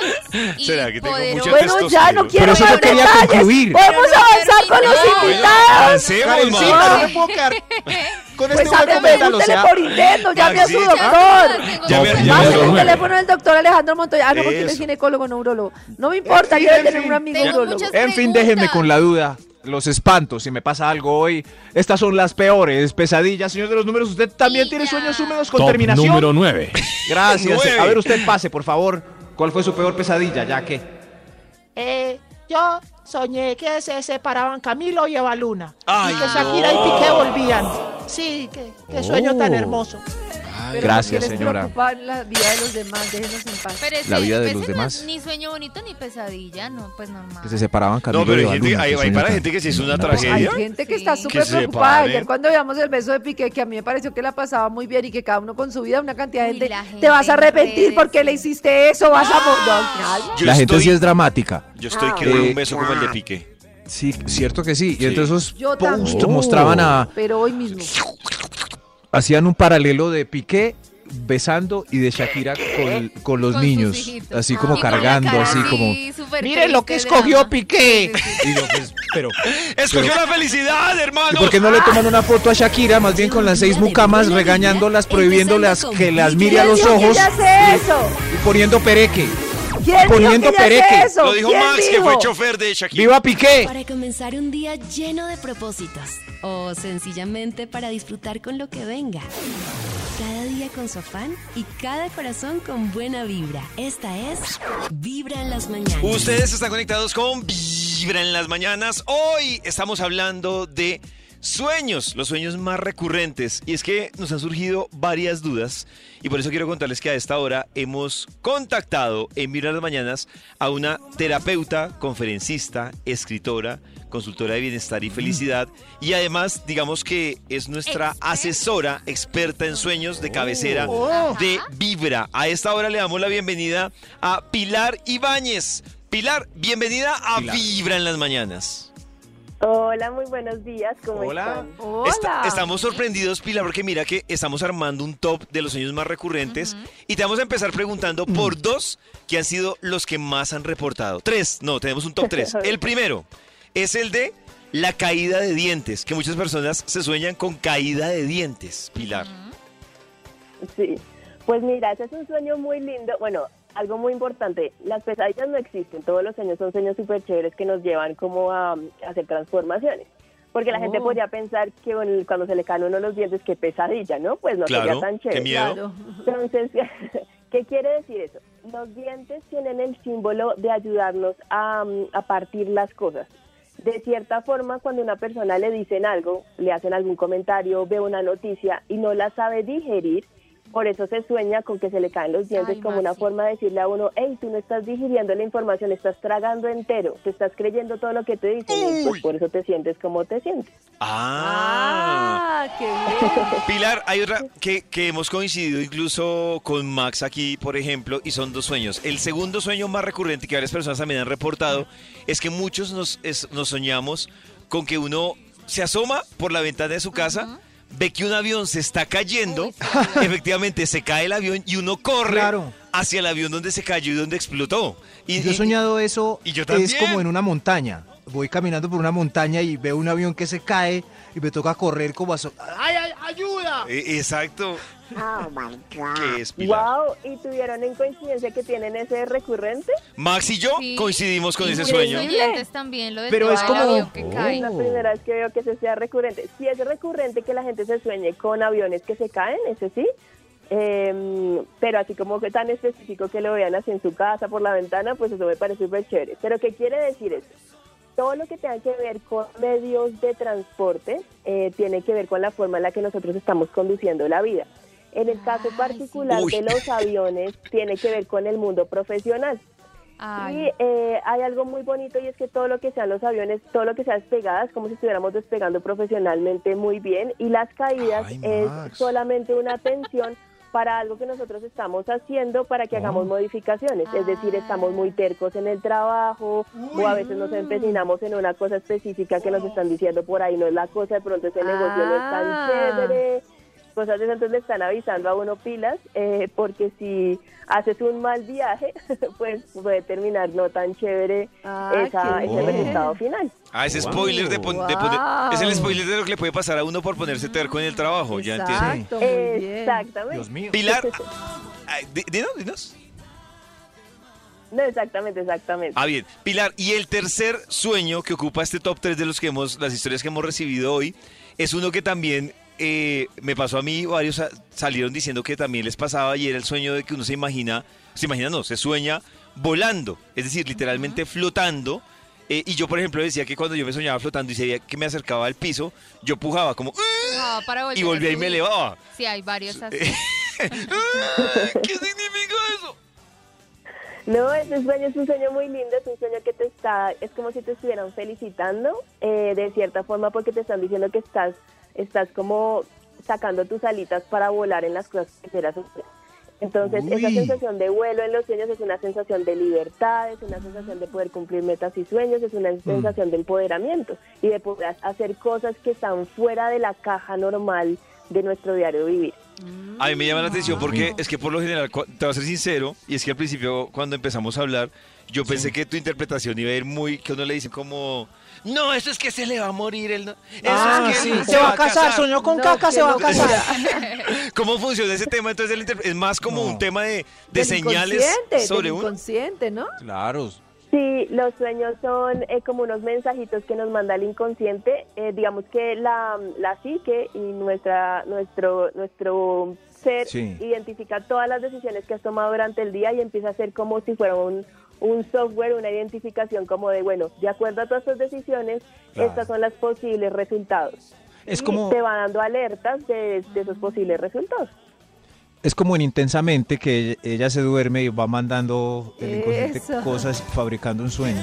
S3: y
S6: ¿Será que tengo
S3: poderosos.
S6: mucha
S10: Bueno, ya no
S6: testosterona?
S10: quiero
S4: Pero eso
S10: más
S4: yo quería
S10: detalles.
S4: concluir.
S10: Podemos avanzar con los
S3: Bueno,
S10: invitados.
S6: avancemos,
S4: Karencita,
S6: Max.
S4: no me puedo quedar Con
S10: Pues
S4: este hueco
S10: hábleme,
S4: mental, o
S10: pregúntele
S4: sea,
S10: por interno, llame a su
S4: Maxito.
S10: doctor.
S6: Ya me- ya me-
S10: Pásame el teléfono del doctor Alejandro Montoya. Ah, no, porque él es
S6: Eso.
S10: ginecólogo, no urologo. No me importa, quiero tener un amigo
S3: Tengo
S10: urologo.
S3: muchas
S4: En fin, déjenme con la duda. Los espantos, si me pasa algo hoy, estas son las peores pesadillas. Señor de los números, usted también tiene sueños húmedos con terminación.
S9: 9.
S4: Gracias.
S9: Nueve.
S4: A ver, usted pase, por favor. ¿Cuál fue su peor pesadilla, ya que?
S5: Eh, yo soñé que se separaban Camilo y Evaluna.
S6: Ay,
S5: y que Shakira
S6: no.
S5: y Piqué volvían. Sí, qué, qué sueño tan hermoso.
S10: Pero
S4: Gracias,
S10: no quieres
S4: señora.
S10: preocupar la vida de los demás, déjenos en paz.
S3: Pero ese-
S4: La vida de
S3: ese
S4: los
S3: no es
S4: demás.
S3: Ni sueño bonito ni pesadilla, no, pues normal.
S4: Que se separaban Camilo
S6: No, pero
S4: y
S6: hay gente,
S4: Evaluna,
S6: hay,
S4: qué
S6: hay
S4: sueño
S6: para
S4: tan-
S6: gente que si es una
S4: una
S10: Hay
S6: tragedia.
S10: gente que está
S3: Sí.
S10: súper
S6: Que se
S10: preocupada.
S6: paren.
S10: Ayer cuando veamos el beso de Piqué, que a mí me pareció que la pasaba muy bien y que cada uno con su vida, una cantidad de
S3: Uy,
S10: gente,
S3: la
S10: te
S3: gente
S10: vas a
S3: en
S10: arrepentir
S3: redes,
S10: porque
S3: sí.
S10: le
S3: ¡Ah!
S10: hiciste eso, vas a... mo- No, calma.
S6: Yo
S4: La gente
S6: estoy-
S4: sí es dramática.
S6: Yo estoy que
S4: Ah.
S6: doy
S4: Eh,
S6: un beso como el de Piqué.
S4: Sí, cierto que sí.
S6: Sí.
S4: Y entonces esos
S10: Yo
S4: posts
S10: también.
S4: mostraban a.
S10: Pero hoy mismo.
S4: Hacían un paralelo de Piqué besando y de Shakira con, con los
S3: Con sus
S4: niños.
S3: hijitos.
S4: Así
S3: Ah.
S4: como
S3: Y con la
S4: cargando,
S3: cara
S4: así como.
S5: Oh.
S3: súper
S5: Miren lo que
S3: triste,
S5: escogió
S3: drama.
S5: Piqué.
S3: Sí, sí, sí.
S4: Y yo, pues, pero.
S6: ¡Escogió
S4: pero-
S6: la felicidad,
S4: ¿Y
S6: hermano! Ah.
S4: por qué no le toman una foto a Shakira? Más bien con las seis mucamas, regañándolas,
S10: este
S4: prohibiéndolas que las mire a
S10: ¿Quién
S4: los
S10: dijo que
S4: ojos
S10: ella hace eso?
S4: y poniendo pereque.
S10: ¿Quién
S4: Poniendo
S10: dijo que ella hace
S4: pereque.
S10: eso?
S6: Lo dijo
S10: ¿Quién
S6: Max, que fue
S10: dijo?
S6: chofer de Shakira.
S4: ¡Viva Piqué!
S1: Para comenzar un día lleno de propósitos o sencillamente para disfrutar con lo que venga. Cada día con su afán y cada corazón con buena vibra. Esta es Vibra en las mañanas.
S6: Ustedes están conectados con Vibra en las mañanas. Hoy estamos hablando de sueños, los sueños más recurrentes. Y es que nos han surgido varias dudas y por eso quiero contarles que a esta hora hemos contactado en Vibra en las mañanas a una terapeuta, conferencista, escritora, consultora de bienestar y felicidad y además digamos que es nuestra asesora experta en sueños de cabecera de Vibra. A esta hora le damos la bienvenida a Pilar Ibáñez. Pilar, bienvenida a Vibra en las mañanas.
S15: Hola, muy buenos días. ¿Cómo
S6: Hola.
S15: están?
S6: Esta- estamos sorprendidos, Pilar, porque mira que estamos armando un top de los sueños más recurrentes y te vamos a empezar preguntando por dos que han sido los que más han reportado. Tres, no, tenemos un top tres. El primero es el de la caída de dientes, que muchas personas se sueñan con caída de dientes, Pilar.
S15: Sí. Pues mira, ese es un sueño muy lindo. Bueno, algo muy importante. Las pesadillas no existen. Todos los sueños son sueños súper chéveres que nos llevan como a, um, a hacer transformaciones. Porque la gente
S17: Oh.
S15: podría pensar que bueno, cuando se le caen a uno los dientes, qué pesadilla, ¿no? Pues no
S17: Claro,
S15: sería tan
S17: qué
S15: chévere.
S17: miedo. Claro.
S15: Entonces, ¿qué quiere decir eso? Los dientes tienen el símbolo de ayudarnos a, um, a partir las cosas. De cierta forma, cuando una persona le dicen algo, le hacen algún comentario, ve una noticia y no la sabe digerir, por eso se sueña con que se le caen los dientes
S17: Ay,
S15: como una forma de decirle a uno, hey, tú no estás digiriendo la información, estás tragando entero, te estás creyendo todo lo que te dicen, y pues por eso te sientes como te sientes.
S6: Ah.
S15: qué
S6: Pilar, hay otra que, que hemos coincidido incluso con Max aquí, por ejemplo, y son dos sueños. El segundo sueño más recurrente que varias personas también han reportado es que muchos nos, es- nos soñamos con que uno se asoma por la ventana de su casa, ve que un avión se está cayendo, efectivamente se cae el avión y uno corre
S17: Claro.
S6: hacia el avión donde se cayó y donde explotó. Y,
S17: Yo he
S6: y-
S17: soñado eso.
S6: y yo
S17: es
S6: también.
S17: como en una montaña. Voy caminando por una montaña y veo un avión que se cae y me toca correr como a... so-
S15: ¡Ay, ayuda!
S6: Eh, Exacto.
S15: Oh my God.
S6: ¿Qué es, Pilar?
S15: Wow, ¿y tuvieron en coincidencia que tienen ese recurrente?
S6: Max y yo
S15: Sí.
S6: coincidimos con ese
S15: Increíble.
S6: sueño.
S15: Dientes también, lo
S6: del Pero tema es del como- Oh. avión que cae.
S15: Es la primera vez que veo que ese sea recurrente. Si es recurrente que la gente se sueñe con aviones que se caen, ese sí. Em, pero así como que tan específico que lo vean así en su casa, por la ventana, pues eso me parece súper chévere. Pero ¿qué quiere decir eso? Todo lo que tenga que ver con medios de transporte eh, tiene que ver con la forma en la que nosotros estamos conduciendo la vida. En el caso particular
S17: Uy.
S15: de los aviones, tiene que ver con el mundo profesional.
S17: Ay.
S15: Y eh, hay algo muy bonito y es que todo lo que sean los aviones, todo lo que sea despegadas, como si estuviéramos despegando profesionalmente muy bien. Y las caídas
S17: Ay,
S15: es
S17: Max.
S15: solamente una tensión para algo que nosotros estamos haciendo para que hagamos modificaciones. Es decir, estamos muy
S17: Ah.
S15: tercos en el trabajo o a veces nos empecinamos en una cosa específica que nos están diciendo por ahí no es la cosa, de pronto ese negocio no es
S17: Ah.
S15: tan chévere cosas de esas, entonces le están avisando a uno pilas, eh, porque si haces un mal viaje, pues puede terminar no tan chévere esa-
S17: Ah, qué
S15: ese
S17: bien.
S15: resultado final.
S6: Ah, ese spoiler de, pon- de poner-
S15: Wow.
S6: Es el spoiler de lo que le puede pasar a uno por ponerse terco en el trabajo, ya entiendo.
S15: Eh, Exactamente.
S6: Pilar, ay, di- dinos, dinos.
S15: No, exactamente, exactamente.
S6: Ah, bien. Pilar, y el tercer sueño que ocupa este top 3 de los que hemos, las historias que hemos recibido hoy, es uno que también eh, me pasó a mí, varios sa- salieron diciendo que también les pasaba y era el sueño de que uno se imagina, se imagina no, se sueña volando, es decir, literalmente flotando. eh, y yo, por ejemplo, decía que cuando yo me soñaba flotando y sabía que me acercaba al piso, yo pujaba como... "¡Ah!",
S3: No, para volver
S6: Y volvía y
S3: subir.
S6: me elevaba.
S3: Sí, hay varios así.
S15: No, ese sueño es un sueño muy lindo, es un sueño que te está, es como si te estuvieran felicitando eh, de cierta forma porque te están diciendo que estás, estás como sacando tus alitas para volar en las cosas que quieras hacer. Entonces, esa
S17: Uy.
S15: sensación de vuelo en los sueños es una sensación de libertad, es una sensación de poder cumplir metas y sueños, es una sensación de empoderamiento y de poder hacer cosas que están fuera de la caja normal de nuestro diario vivir.
S6: A mí me llama la atención porque es que por lo general, cua- te voy a ser sincero, y es que al principio cuando empezamos a hablar, yo pensé que tu interpretación iba a ir muy, que uno le dicen como, no, eso es que se le va a morir, él no- eso
S17: Ah,
S6: es que él
S17: sí. Se va a casar, soñó con caca, se va a casar.
S6: ¿Cómo funciona ese tema? Entonces el interpre- es más como un tema de, de
S10: Del
S6: señales
S10: inconsciente, del
S6: sobre uno.
S10: inconsciente, ¿no?
S6: Claro.
S15: Sí, los sueños son eh, como unos mensajitos que nos manda el inconsciente. Eh, digamos que la, la psique y nuestra, nuestro, nuestro ser
S17: Sí.
S15: identifica todas las decisiones que has tomado durante el día y empieza a ser como si fuera un, un software, una identificación como de, bueno, de acuerdo a todas estas decisiones,
S17: Claro.
S15: estas son las posibles resultados.
S17: Es
S15: Y
S17: como-
S15: Te va dando alertas de, de esos posibles resultados.
S17: Es como en Intensamente que ella, ella se duerme y va mandando el inconsciente
S15: Eso.
S17: cosas fabricando un sueño.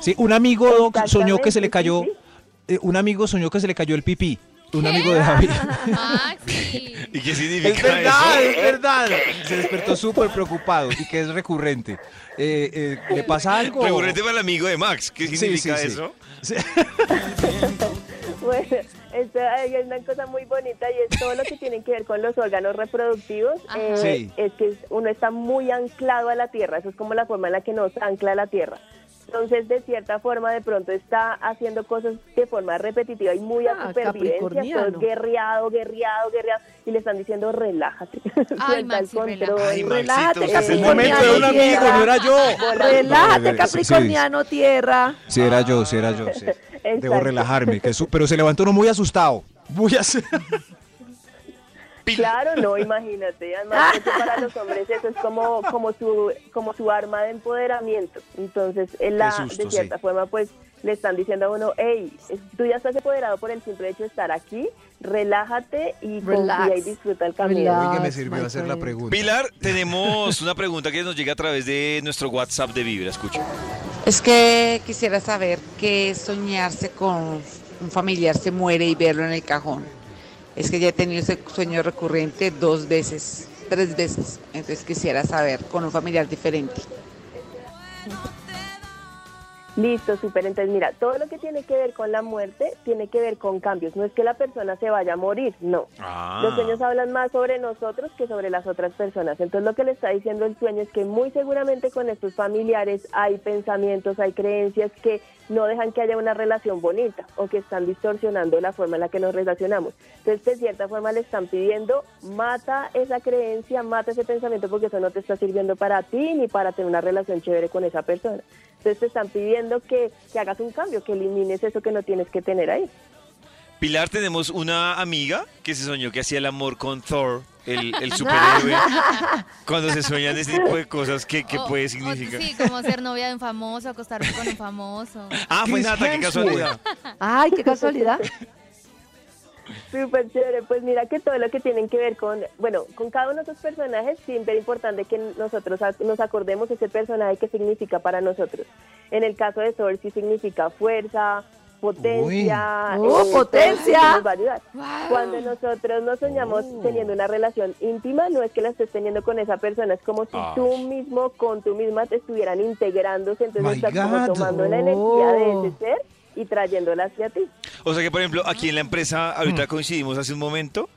S17: Sí, un amigo Doc, soñó que se le
S15: Exactamente,
S17: cayó,
S15: sí,
S17: eh, un amigo soñó que se le cayó el pipí un amigo de David.
S6: ¿Y qué significa
S17: Es verdad,
S6: eso?
S17: es verdad. Se despertó súper preocupado y que es recurrente. Eh, eh, ¿Le pasa algo?
S6: Recurrente para el amigo de Max. ¿Qué
S17: Sí,
S6: significa
S17: sí, sí.
S6: eso?
S15: Bueno, esto, hay una cosa muy bonita y es todo lo que tiene que ver con los órganos reproductivos. eh,
S18: Sí.
S15: Es que uno está muy anclado a la tierra, eso es como la forma en la que nos ancla a la tierra. Entonces, de cierta forma, de pronto está haciendo cosas de forma repetitiva y muy a
S10: Ah,
S15: supervivencia, todo
S10: capricorniano.
S15: guerreado, guerreado, guerreado, y le están diciendo relájate, suelta el control,
S10: Ay, relájate,
S15: Maxito,
S17: Es el momento de un
S10: Capricorniano
S17: amigo, no era yo.
S10: tierra. Relájate,
S17: No, sí, sí.
S10: Capricorniano Tierra.
S17: Sí, era yo, sí, era yo. sí. Debo
S15: Exacto.
S17: relajarme. que su- pero se levantó uno muy asustado. Muy asustado.
S15: Claro, no, imagínate. Además, eso para los hombres eso es como, como, su, como su arma de empoderamiento. Entonces, en la,
S18: Qué susto,
S15: de cierta
S18: sí.
S15: forma, pues le están diciendo a uno, hey, tú ya estás empoderado por el simple hecho de estar aquí, relájate y confía y
S10: Relax.
S15: disfruta el camino.
S17: Oiga, me sirvió hacer la pregunta.
S6: Pilar, tenemos una pregunta que nos llega a través de nuestro WhatsApp de Vibra. Escucha.
S19: Es que quisiera saber qué es soñarse con un familiar se muere y verlo en el cajón. Es que ya he tenido ese sueño recurrente dos veces, tres veces. Entonces quisiera saber con un familiar diferente.
S15: Listo, súper. Entonces, mira, todo lo que tiene que ver con la muerte tiene que ver con cambios. No es que la persona se vaya a morir, no.
S18: Ah.
S15: Los sueños hablan más sobre nosotros que sobre las otras personas. Entonces, lo que le está diciendo el sueño es que muy seguramente con estos familiares hay pensamientos, hay creencias que no dejan que haya una relación bonita o que están distorsionando la forma en la que nos relacionamos. Entonces, de cierta forma le están pidiendo, mata esa creencia, mata ese pensamiento porque eso no te está sirviendo para ti ni para tener una relación chévere con esa persona. Entonces te están pidiendo que, que hagas un cambio, que elimines eso que no tienes que tener ahí.
S6: Pilar, tenemos una amiga que se soñó que hacía el amor con Thor, el, el superhéroe. Cuando se sueñan este tipo de cosas, ¿qué, qué
S3: O-
S10: Oh,
S6: puede
S3: o-
S6: significar?
S3: sí, como ser novia de un famoso, acostarme con un famoso.
S6: Ah, fue
S3: Chris
S6: Nata, qué
S3: Hemsworth.
S6: casualidad.
S10: Ay, qué casualidad.
S15: Súper chévere. Pues mira que todo lo que tienen que ver con, bueno, con cada uno de esos personajes, siempre es importante que nosotros ac- nos acordemos ese personaje que significa para nosotros. En el caso de Thor, sí significa fuerza, potencia. eh,
S10: Uy. ¡Oh,
S15: todo eso
S10: potencia!
S15: que nos va a ayudar. Cuando nosotros nos soñamos teniendo una relación íntima, no es que la estés teniendo con esa persona, es como si
S18: Ah.
S15: tú mismo con tú misma te estuvieran integrándose, entonces
S6: My
S15: estás como
S6: God.
S15: tomando la energía
S6: Oh.
S15: de ese ser y trayéndola hacia ti.
S6: O sea que, por ejemplo, aquí en la empresa, ahorita coincidimos hace un momento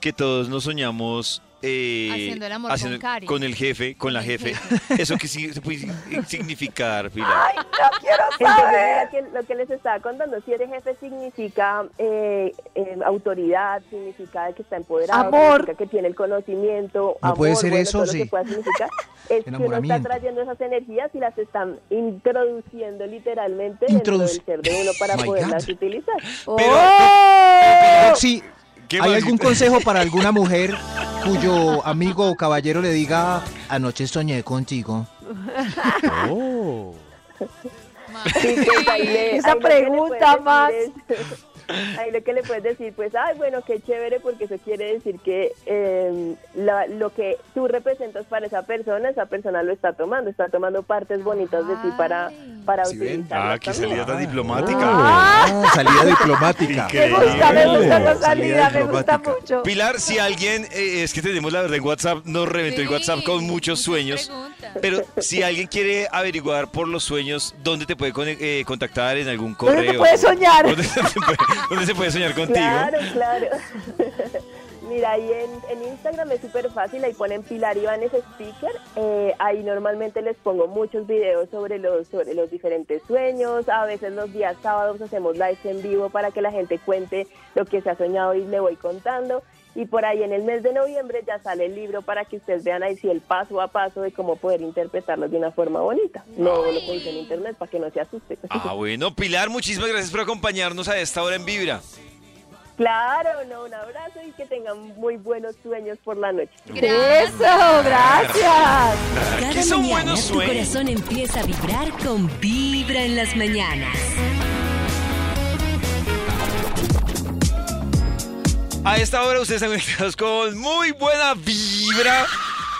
S6: que todos nos soñamos. eh,
S3: Haciendo el amor con Cari.
S6: con el jefe, con la jefe. Eso que sí se puede significar, Pilar.
S15: Ay, no quiero saber. Lo que, lo que les estaba contando, si eres jefe significa eh, eh, autoridad, significa que está empoderado,
S10: Amor.
S15: significa que tiene el conocimiento.
S10: No
S15: amor,
S10: puede ser
S15: bueno,
S10: eso,
S15: todo lo que
S10: sí.
S15: pueda significar es que uno está
S10: Enamoramiento.
S15: trayendo esas energías y las están introduciendo literalmente dentro del
S17: Introduci-
S15: ser de uno
S10: Oh
S15: para
S17: My
S15: poderlas
S17: God.
S15: utilizar. Oh.
S17: Sí,
S6: ¿Qué
S17: ¿hay
S6: más
S17: algún
S6: hiciste?
S17: consejo para alguna mujer cuyo amigo o caballero le diga anoche soñé contigo?
S6: Oh.
S15: Sí, pues, ahí le-
S10: Esa
S15: ahí lo que le
S10: pregunta
S15: puedes decir es- ahí lo que le puedes decir, pues, ay, bueno, qué chévere, porque eso quiere decir que eh, la- lo que tú representas para esa persona, esa persona lo está tomando, está tomando partes bonitas de ti para, para utilizar.
S6: Ah, qué salida tan diplomática.
S17: Ah, salida diplomática.
S6: Increíble.
S17: Me gusta, me gusta la salida,
S10: me gusta mucho.
S6: Pilar, si alguien, eh, es que tenemos la verdad en WhatsApp, nos reventó el WhatsApp con muchos sueños. Pero si alguien quiere averiguar por los sueños, ¿dónde te puede con- eh, contactar en algún correo?
S10: ¿Dónde te puedes soñar?
S6: ¿Dónde se puede, dónde se puede soñar contigo?
S15: Claro, claro. Mira, ahí en, en Instagram es súper fácil, ahí ponen Pilar Ibanes Speaker, eh, ahí normalmente les pongo muchos videos sobre los, sobre los diferentes sueños, a veces los días sábados hacemos lives en vivo para que la gente cuente lo que se ha soñado y le voy contando, y por ahí en el mes de noviembre ya sale el libro para que ustedes vean ahí sí el paso a paso de cómo poder interpretarlos de una forma bonita, no lo que dice en internet para que no se asusten.
S6: Ah, bueno, Pilar, muchísimas gracias por acompañarnos a esta hora en Vibra.
S15: Claro, no, un abrazo y que tengan muy buenos sueños por la noche.
S10: Gracias. Eso, gracias.
S1: Cada mañana tu corazón empieza a vibrar con Vibra en las mañanas.
S6: A esta hora ustedes están conectados con muy buena vibra.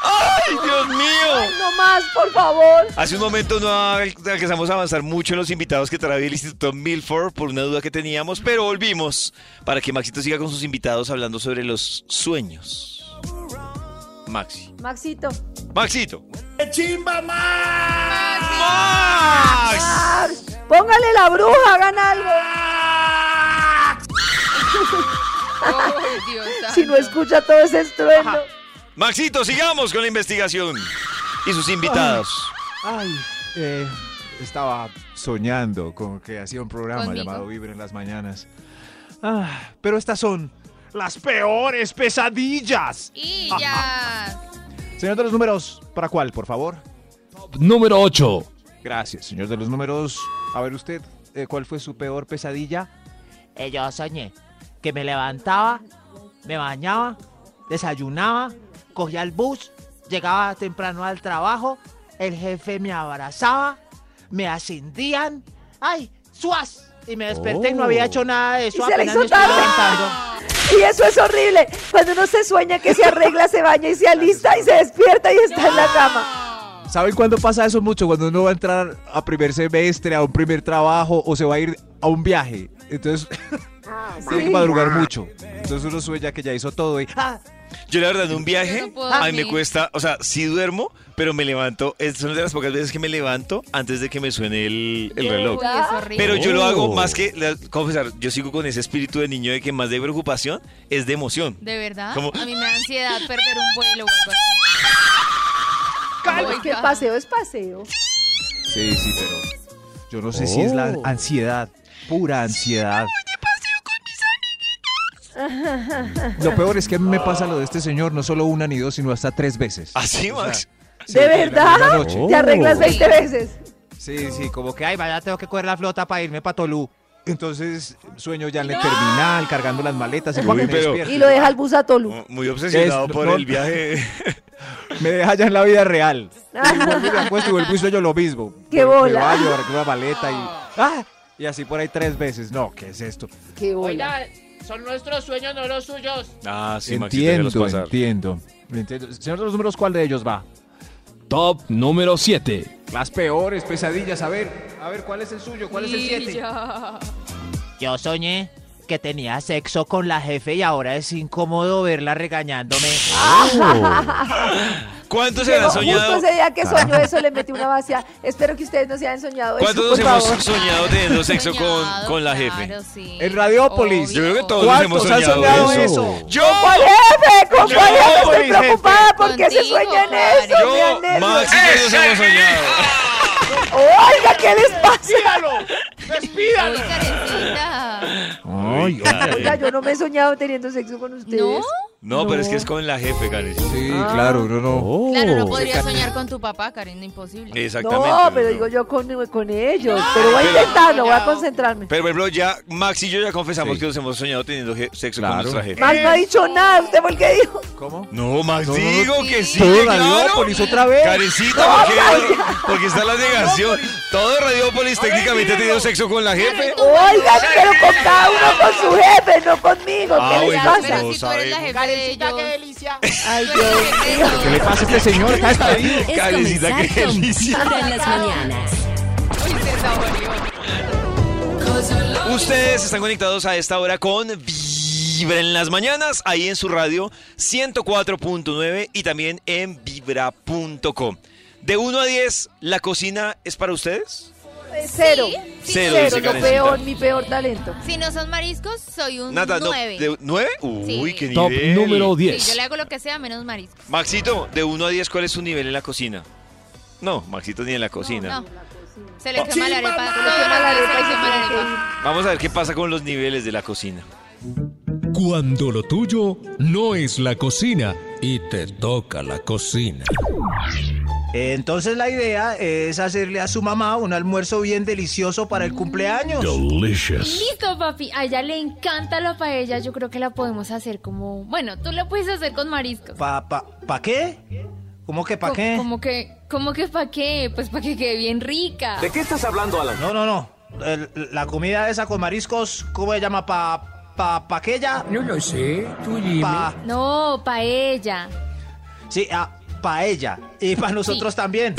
S6: ¡Ay, Dios mío!
S10: No más, por favor.
S6: Hace un momento no alcanzamos a avanzar mucho en los invitados que trae el Instituto Milford por una duda que teníamos, pero volvimos para que Maxito siga con sus invitados hablando sobre los sueños. Maxi.
S10: Maxito.
S6: Maxito.
S11: ¡Chimba
S10: Max, Póngale la bruja, hagan algo. si no escucha todo ese estruendo.
S6: Maxito, sigamos con la investigación y sus invitados.
S4: Ay, eh, estaba soñando con que hacía un programa
S6: Conmigo.
S4: llamado Vibra en las mañanas. Ah, pero estas son
S9: Las peores pesadillas.
S3: Y ya.
S4: Señor de los números, ¿para cuál, por favor?
S18: Número 8.
S4: Gracias, señor de los números. A ver usted, eh, ¿cuál fue su peor pesadilla?
S8: Eh, yo soñé que me levantaba, me bañaba, desayunaba, cogía el bus, llegaba temprano al trabajo, el jefe me abrazaba, me ascendían, ¡ay, suaz! Y me desperté y no había hecho nada de eso.
S10: Oh. Y se le
S8: apenas
S10: hizo
S8: me estoy
S10: tarde.
S8: levantando.
S10: Y eso es horrible. Cuando uno se sueña que se arregla, se baña y se alista y se despierta y está en la cama.
S4: ¿Saben cuándo pasa eso mucho? Cuando uno va a entrar a primer semestre, a un primer trabajo o se va a ir a un viaje. Entonces,
S10: Ah,
S4: tiene que madrugar mucho. Entonces uno sueña que ya hizo todo y... ¡ah!
S6: Yo la verdad en un viaje,
S4: puedo
S6: a mí me
S4: dormir.
S6: cuesta, o sea, sí duermo, pero me levanto, es una de las pocas veces que me levanto antes de que me suene el, el
S3: Uy,
S6: reloj.
S3: es horrible.
S6: Pero yo lo hago
S3: Oh.
S6: más que, la- confesar, yo sigo con ese espíritu de niño de que más de preocupación es de emoción.
S3: ¿De verdad?
S6: ¿Cómo?
S3: A mí me da ansiedad perder un vuelo o algo así.
S10: Ay, que paseo es paseo.
S4: Sí, sí, pero yo no sé si es la
S17: Oh.
S4: ansiedad, pura ansiedad. Lo
S10: Lo
S4: peor es que a mí me pasa lo de este señor no solo una ni dos, sino hasta tres veces.
S6: ¿Así, Max? Oh.
S10: ¿De verdad? Te arreglas 20 veces.
S4: Sí, sí, como que, ay, vaya, tengo que coger la flota para irme para Tolú. Entonces sueño ya en el terminal, cargando las maletas y
S6: Uy,
S4: luego me
S6: pero-
S4: despierto.
S10: Y lo deja al bus a Tolu.
S6: Muy obsesionado
S4: Es-
S6: por
S4: no-
S6: el viaje.
S4: Me deja ya en la vida real. Y vuelvo y me acuesto y vuelvo y sueño lo mismo.
S10: ¡Qué
S4: Vuelvo, me
S10: bola!
S4: baño, arreglo la maleta y... ¡Ah! Y así por ahí tres veces. No, ¿qué es esto?
S10: Qué
S11: Oiga, son nuestros sueños, no los suyos.
S6: Ah, sí, Maxito,
S4: entiendo,
S18: déjalos pasar.
S4: entiendo, entiendo. Señor de los números, ¿cuál de ellos va?
S18: Top número 7.
S4: Las peores pesadillas, a ver. A ver, ¿cuál es el suyo? ¿Cuál es el siete?
S8: Yo soñé que tenía sexo con la jefe y ahora es incómodo verla regañándome.
S6: ¿Cuántos
S8: se
S10: Llegó Oh. Justo ese día que soñó eso, le metí una vacía. Espero que ustedes no se hayan soñado eso,
S6: Ah. ¿Cuántos
S10: por
S6: nos hemos
S10: favor.
S6: soñado teniendo sexo con, con la jefe?
S4: En Radiópolis.
S6: Yo creo que todos nos
S4: ¿Cuántos
S6: hemos
S4: han
S6: soñado,
S4: soñado
S6: eso.
S4: eso?
S6: Yo,
S10: ¡Con jefe! ¡Con
S6: Yo,
S10: jefe! Estoy
S6: jefe.
S10: preocupada porque se
S3: Contigo,
S10: sueña en
S3: Juan.
S10: eso.
S6: Yo,
S10: vean eso.
S6: Max y yo nos hemos soñado.
S10: Oiga, ¿qué les pasa?
S3: ¡Despídalo! Karencita!
S6: Ay, oiga,
S10: Oiga,
S6: eh.
S10: yo no me he soñado teniendo sexo con ustedes. ¿No?
S6: No, pero es que es con la jefe, Karen.
S4: Sí, claro, no, no.
S3: Claro, no podría soñar con tu papá, Karen, imposible.
S6: Exactamente.
S10: No, pero digo yo con, con ellos. Pero voy a
S6: Pero-
S10: intentarlo, voy a concentrarme.
S6: Pero, por ejemplo, ya Max y yo ya confesamos que nos hemos soñado teniendo je- sexo con nuestra jefe.
S10: Max no ha dicho nada. ¿Usted por qué dijo?
S6: No, Max, digo que sí.
S4: Todo
S6: que
S4: Radiópolis otra vez.
S6: Karencita, ¿por qué? Porque está la negación. Todo Radiópolis técnicamente ha tenido sexo con la jefe.
S10: Oigan, pero con cada uno con su jefe, no conmigo. ¿Qué
S6: Ah,
S10: les
S6: bueno,
S10: pasa?
S6: no sabemos.
S11: Karencita, qué delicia.
S10: Ay, Dios mío.
S4: ¿Qué le pasa a este señor? Está despedido.
S1: Es
S4: Karencita,
S1: comenzar
S4: qué
S1: con
S4: delicia.
S1: Vibra en las mañanas.
S6: Ustedes están conectados a esta hora con Vibra en las mañanas, ahí en su radio 104.9 y también en vibra.com. De 1 a 10, ¿la cocina es para ustedes?
S10: Eh, Cero.
S6: Cero,
S10: Cero,
S6: dice
S10: lo
S6: Karencita.
S10: peor, mi peor talento.
S3: Si no son mariscos, soy un
S6: Nata, no,
S3: 9.
S6: ¿de 9?
S3: Sí.
S6: Uy, qué
S18: Top
S6: nivel.
S18: número
S3: Sí, yo
S18: 10.
S3: le hago lo que sea menos mariscos.
S6: Maxito, de 1 a 10, ¿cuál es su nivel en la cocina? No, Maxito ni en la cocina.
S3: No. Se le
S6: Oh.
S3: quema la arepa.
S10: Se le quema la arepa y se
S3: Se le quema la
S10: tiene que
S3: arepa.
S6: Vamos a ver qué pasa con los niveles de la cocina.
S18: Cuando lo tuyo no es la cocina y te toca la cocina.
S8: Entonces la idea es hacerle a su mamá un almuerzo bien delicioso para el cumpleaños.
S18: Delicious.
S20: Listo, papi. A ella le encanta la paella. Yo creo que la podemos hacer como. Bueno, tú la puedes hacer con mariscos.
S8: ¿Pa, pa, pa qué? ¿Cómo que pa
S20: Co-
S8: qué?
S20: Como que, como que pa' qué? Pues para que quede bien rica.
S8: qué estás hablando, Alan? No, no, no. El- la comida esa con mariscos, ¿cómo se llama? ¿Pa, pa, pa aquella? No lo sé, tú dime.
S20: No, paella.
S8: sí, ah, para ella y para nosotros también.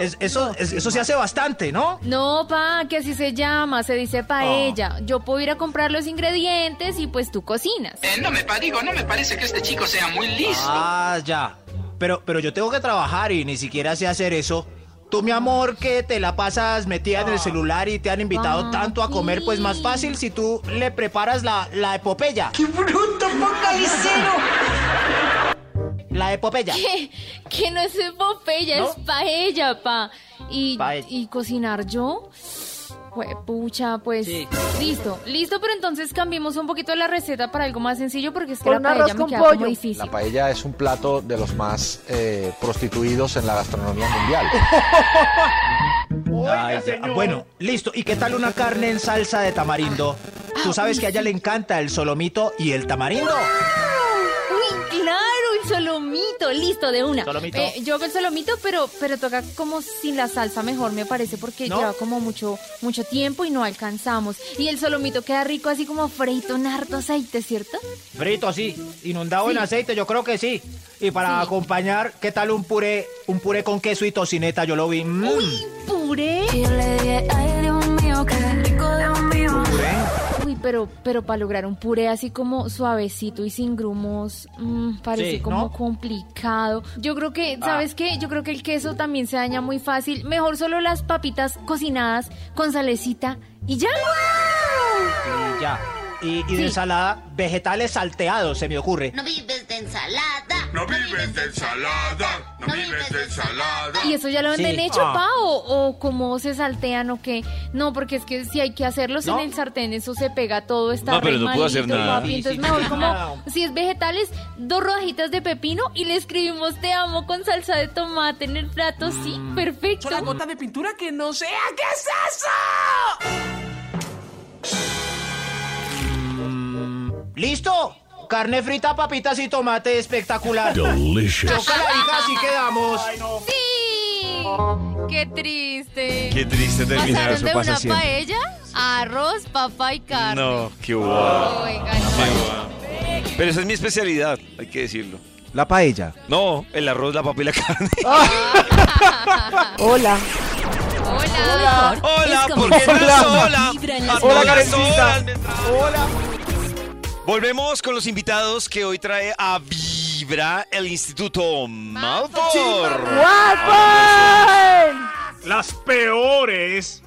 S8: Es- eso, es- eso se hace bastante, ¿no?
S3: No, pa, que así se llama, se dice paella. Yo puedo ir a comprar los ingredientes y pues tú cocinas.
S14: No me pa- digo, no me parece que este chico sea muy listo.
S8: Ah, ya. Pero, pero yo tengo que trabajar y ni siquiera sé hacer eso. Tú, mi amor, que te la pasas metida en el celular y te han invitado tanto a comer, pues más fácil si tú le preparas la, la epopeya. ¡Qué bruto, focalicero! La epopeya.
S3: Que, que no es epopeya,
S8: ¿No?
S3: es paella, pa. Y,
S8: Paella.
S3: y cocinar yo. Pucha, pues.
S8: Sí.
S3: Listo, listo, pero entonces cambiemos un poquito la receta para algo más sencillo porque es que
S10: Con
S3: la
S10: un
S3: paella
S10: arroz
S3: me
S10: con
S3: queda como
S10: pollo.
S3: difícil.
S21: La paella es un plato de los más eh, prostituidos en la gastronomía mundial.
S8: Ay, ya. Bueno, listo. ¿Y qué tal una carne en salsa de tamarindo? Tú sabes que a ella le encanta el solomito y el tamarindo.
S3: Uy, claro, el solomito, listo, de una.
S8: Solomito.
S3: Eh, yo hago el solomito, pero, pero toca como sin la salsa mejor, me parece, porque
S8: ¿No?
S3: lleva como mucho, mucho tiempo y no alcanzamos. Y el solomito queda rico así como frito en harto aceite, ¿cierto?
S8: Frito así, inundado en aceite, yo creo que sí. Y para acompañar, ¿qué tal un puré? Un puré con queso y tocineta, yo lo vi. Mm.
S3: ¿Puré? Uy, pero, pero para lograr un puré así como suavecito y sin grumos, mm, parece
S8: Sí, ¿no?
S3: como complicado. Yo creo que,
S8: Ah.
S3: ¿sabes qué? Yo creo que el queso también se daña muy fácil. Mejor solo las papitas cocinadas con salecita y ya.
S8: Y ya. Y, y de ensalada, vegetales salteados, se me ocurre.
S19: No vives de ensalada.
S22: No vives de ensalada, no vives de ensalada.
S3: ¿Y eso ya lo venden
S8: Sí.
S3: hecho,
S8: Ah.
S3: pa? O, ¿O cómo se saltean o qué? No, porque es que si hay que hacerlos
S6: ¿No?
S3: en el sartén, eso se pega todo, está
S6: No, pero
S3: re
S6: no puedo hacer
S3: malito,
S6: nada.
S3: papi.
S6: Sí,
S3: Entonces
S6: sí,
S3: mejor
S6: sí.
S3: como, si es vegetales, dos rodajitas de pepino y le escribimos te amo con salsa de tomate en el plato, sí, perfecto. Mm. Una gota de pintura que no sea, ¿qué es eso?
S8: ¡Listo! Carne frita, papitas y tomate espectacular.
S16: Delicious.
S8: Chócala, hija, así quedamos.
S3: Sí, qué triste.
S6: Qué triste terminar,
S3: ¿Pasaron
S6: eso
S3: de
S6: pasa
S3: una
S6: siempre.
S3: paella a arroz, papá y carne?
S6: No, qué
S3: guau.
S6: guau.
S3: Oiga,
S6: Pero esa es mi especialidad, hay que decirlo.
S15: La paella.
S6: No, el arroz, la papa y la carne.
S15: Hola.
S3: Hola.
S6: Hola,
S15: Es como-
S6: ¿por qué
S15: Hola.
S6: estás sola?
S15: Vibra
S23: en
S6: A
S23: las
S6: todas
S23: mañanas.
S6: horas me traes. Volvemos con los invitados que hoy trae a Vibra el Instituto Malfor.
S9: Las peores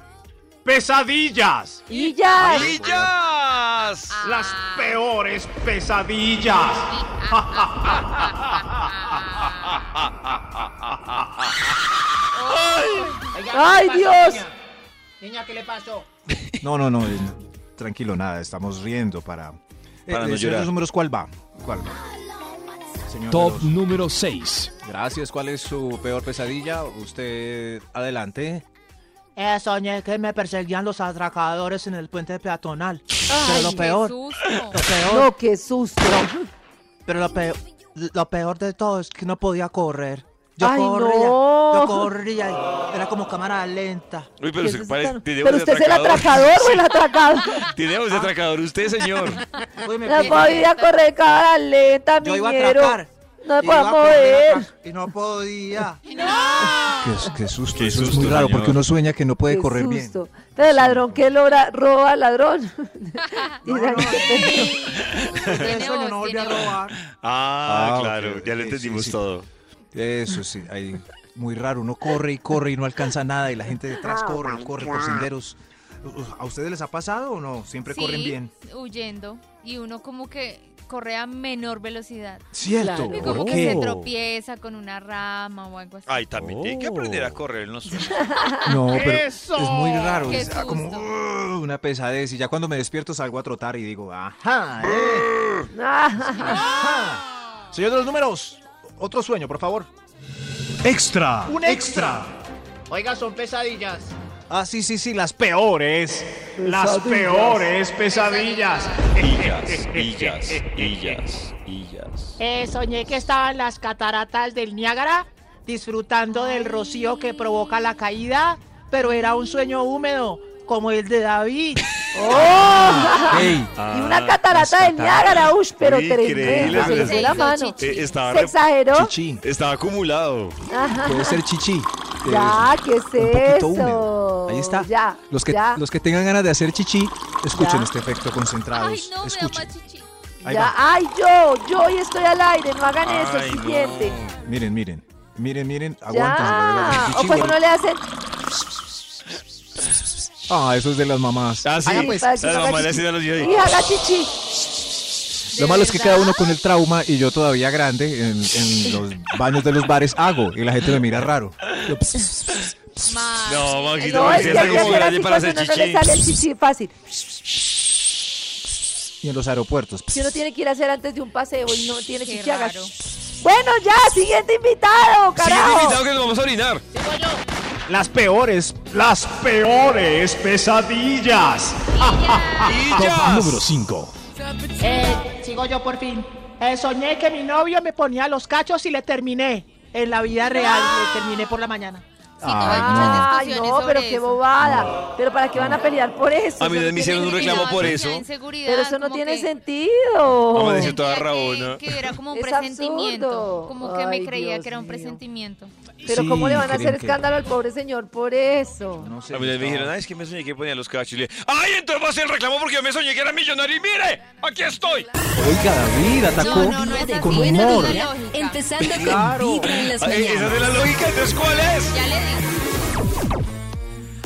S9: pesadillas.
S10: Y ya.
S9: Las peores pesadillas.
S10: ¡Ay, Dios!
S8: Niña, niña, ¿qué le pasó?
S4: No, no, no. eh, Tranquilo, nada. Estamos riendo para. eh,
S6: Para no
S4: señor de
S6: llorar.
S4: los números, ¿cuál va? ¿Cuál va? Señor de
S24: Top
S4: los-
S24: número 6.
S21: Gracias. ¿Cuál es su peor pesadilla? Usted adelante.
S8: Eh, soñé que me perseguían los atracadores en el puente peatonal. pero lo
S10: qué
S8: peor, lo peor,
S10: No, qué susto.
S8: pero lo peor, lo peor de todo es que no podía correr. Yo
S10: Ay,
S8: corría,
S10: no.
S8: yo corría, y era como cámara lenta.
S6: Uy, pero se parece- tiene
S10: Pero
S6: voz de
S10: usted es el atracador o el atracado.
S6: Tiene voz de atracador usted, señor.
S8: Uy, me
S10: La
S8: pillé.
S10: podía correr cada lenta,
S8: Yo iba a
S10: miñero.
S8: atracar.
S10: No me
S8: Y iba
S10: puedo
S8: a correr
S10: mover.
S8: atrás, Y no podía.
S4: Qué, qué susto.
S6: Qué
S4: eso es
S6: susto,
S4: muy raro
S6: señor.
S4: porque uno sueña que no puede
S10: Qué
S4: correr bien.
S10: susto. Pero el ladrón que logra, roba al ladrón. Y la-
S8: Eso yo no volví a robar.
S6: Ah,
S4: Ah,
S6: claro,
S4: ok,
S6: ya lo
S4: sí,
S6: entendimos
S4: sí.
S6: todo.
S4: Eso sí, ahí, muy raro. Uno corre y corre y no alcanza nada y la gente
S3: Ah,
S4: detrás corre, corre por senderos. ¿A ustedes les ha pasado o no? Siempre corren
S3: Sí,
S4: bien.
S3: huyendo. Y uno como que corre a menor velocidad.
S4: Cierto.
S3: Y como
S4: ¿Por
S3: que se
S4: qué?
S3: tropieza con una rama o algo así.
S6: Ay, también tiene que aprender
S4: Oh.
S6: a correr, no sé.
S4: No, pero
S3: ¡Eso!
S4: es muy raro.
S3: ¡Qué
S4: Es ah, como
S3: susto!
S4: "Ugh", una pesadez. Y ya cuando me despierto salgo a trotar y digo, ajá. Señor de los números, otro sueño, por favor.
S24: Extra.
S8: Un extra. Oiga, son pesadillas.
S4: Ah, sí, sí, sí, las
S9: peores. Las peores pesadillas.
S6: Illas, illas, illas, illas.
S8: Eh, soñé que estaba en las cataratas del Niágara, disfrutando del rocío que provoca la caída, pero era un sueño húmedo, como el de David. ¡Oh!
S6: Ey.
S10: ¡Oh! y una catarata del Niágara, uy, pero
S6: Uy,
S10: tremenda. Se le fue la mano.
S6: Eh, estaba
S10: ¿Se
S6: re-
S10: exageró?
S6: Chichi. Estaba acumulado.
S10: Ajá.
S17: Puede ser chichi. Eh,
S10: Ya, ¿qué es
S17: poquito
S10: eso?
S17: Ahí está.
S10: Ya,
S17: Los que,
S10: ya,
S17: los que tengan ganas de hacer chichi, escuchen
S10: Ya.
S17: este efecto concentrados. escuchen. Ahí
S10: ya.
S17: va.
S10: Ay, yo, yo hoy estoy al aire, no hagan eso,
S17: Ay, no.
S10: siguiente.
S17: Miren, miren. Miren, miren.
S10: Ya.
S17: Aguantan.
S10: O cuando no le hacen.
S17: Ah, eso es de las mamás.
S6: Ah, sí.
S10: Haga pues, Las haga mamás le chichi. hacen a los niños. Y haga chichi.
S17: Lo malo es que cada uno con el trauma y yo todavía grande en, en los baños de los bares hago y la gente me mira raro. Yo, pss, pss, pss.
S6: No, Maxito,
S10: No,
S6: porque
S10: es
S6: se
S10: que hay
S6: hace
S10: que
S6: como
S10: hacer
S6: grande
S10: así
S6: para
S10: cuando uno
S6: hacer
S10: no le
S6: chichi.
S10: sale el chichi fácil.
S17: Y en los aeropuertos. pss.
S10: Que uno tiene que ir a hacer antes de un paseo y no tiene chichi haga. Bueno, ya, siguiente invitado,
S6: Siguiente
S10: carajo.
S6: invitado que nos vamos a orinar.
S9: Las peores, las peores pesadillas.
S25: Top número
S9: 5.
S5: Eh, sigo yo por fin. Eh, soñé que mi novio me ponía los cachos y le terminé. En la vida real, le terminé por la mañana.
S10: Ay, no, pero qué bobada. Pero para qué van a pelear por eso.
S6: A mí
S10: Eso no
S6: me hicieron
S10: tiene
S6: un reclamo
S10: sentido.
S6: por eso.
S10: Pero eso no tiene sentido.
S6: Amaneció toda rabona.
S3: Que era como un
S10: Es
S3: presentimiento.
S10: absurdo.
S3: Como que me
S10: Ay,
S3: creía
S10: Dios
S3: que era un
S10: mío.
S3: presentimiento.
S10: Pero
S6: Sí,
S10: ¿cómo le van a
S6: creen
S10: hacer
S6: que-
S10: escándalo al pobre señor por eso?
S6: a mí me dijeron, ay, es que me soñé que ponía los cachos. Y le, ay, entonces va a hacer el reclamo porque yo me soñé que era millonario. Y mire, aquí estoy.
S17: Oiga, David, atacó con humor.
S1: Empezando con
S6: Claro.
S1: Vibra en las
S6: Ah, eh, Esa es
S1: mañanas.
S6: de la lógica, entonces ¿cuál es?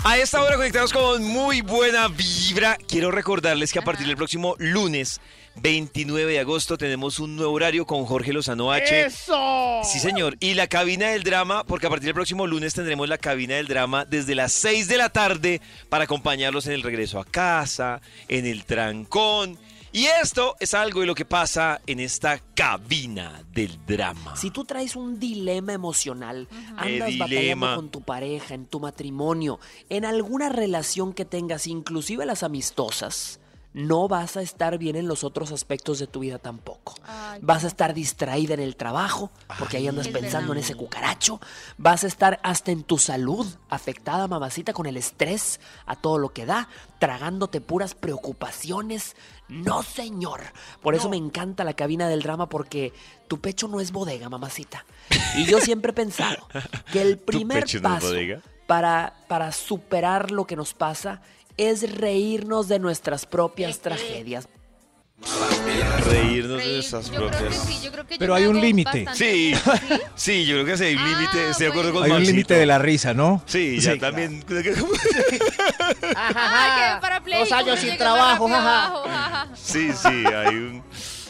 S6: A esta hora conectados con muy buena vibra. Quiero recordarles que a partir del próximo lunes 29 de agosto tenemos un nuevo horario con Jorge Lozano H.
S11: ¡Eso!
S6: Sí, señor. Y la cabina del drama, porque a partir del próximo lunes tendremos la cabina del drama desde las 6 de la tarde para acompañarlos en el regreso a casa, en el trancón. Y esto es algo de lo que pasa en esta cabina del drama.
S2: Si tú traes un dilema emocional,
S6: Qué
S2: andas
S6: dilema.
S2: batallando con tu pareja, en tu matrimonio, en alguna relación que tengas, inclusive las amistosas, no vas a estar bien en los otros aspectos de tu vida tampoco. Vas a estar distraída en el trabajo, porque ahí andas
S11: es
S2: pensando en
S11: verdad.
S2: ese cucaracho. Vas a estar hasta en tu salud, afectada, mamacita, con el estrés, a todo lo que da, tragándote puras preocupaciones. No, señor. Por eso me encanta la cabina del drama, porque tu pecho no es bodega, mamacita. Y yo siempre he pensado que el primer
S6: pecho no es
S2: paso
S6: bodega?
S2: para, para superar lo que nos pasa es reírnos de nuestras propias tragedias.
S6: Reírnos de esas propias.
S17: Pero hay un límite.
S6: Sí, sí, yo creo que sí hay un límite. Estoy de acuerdo con
S17: Hay un
S6: Maxito.
S17: límite de la risa, ¿no?
S6: Sí, ya también.
S11: Ajá, para play, Dos años sin trabajo, jaja.
S6: Sí, sí, hay un.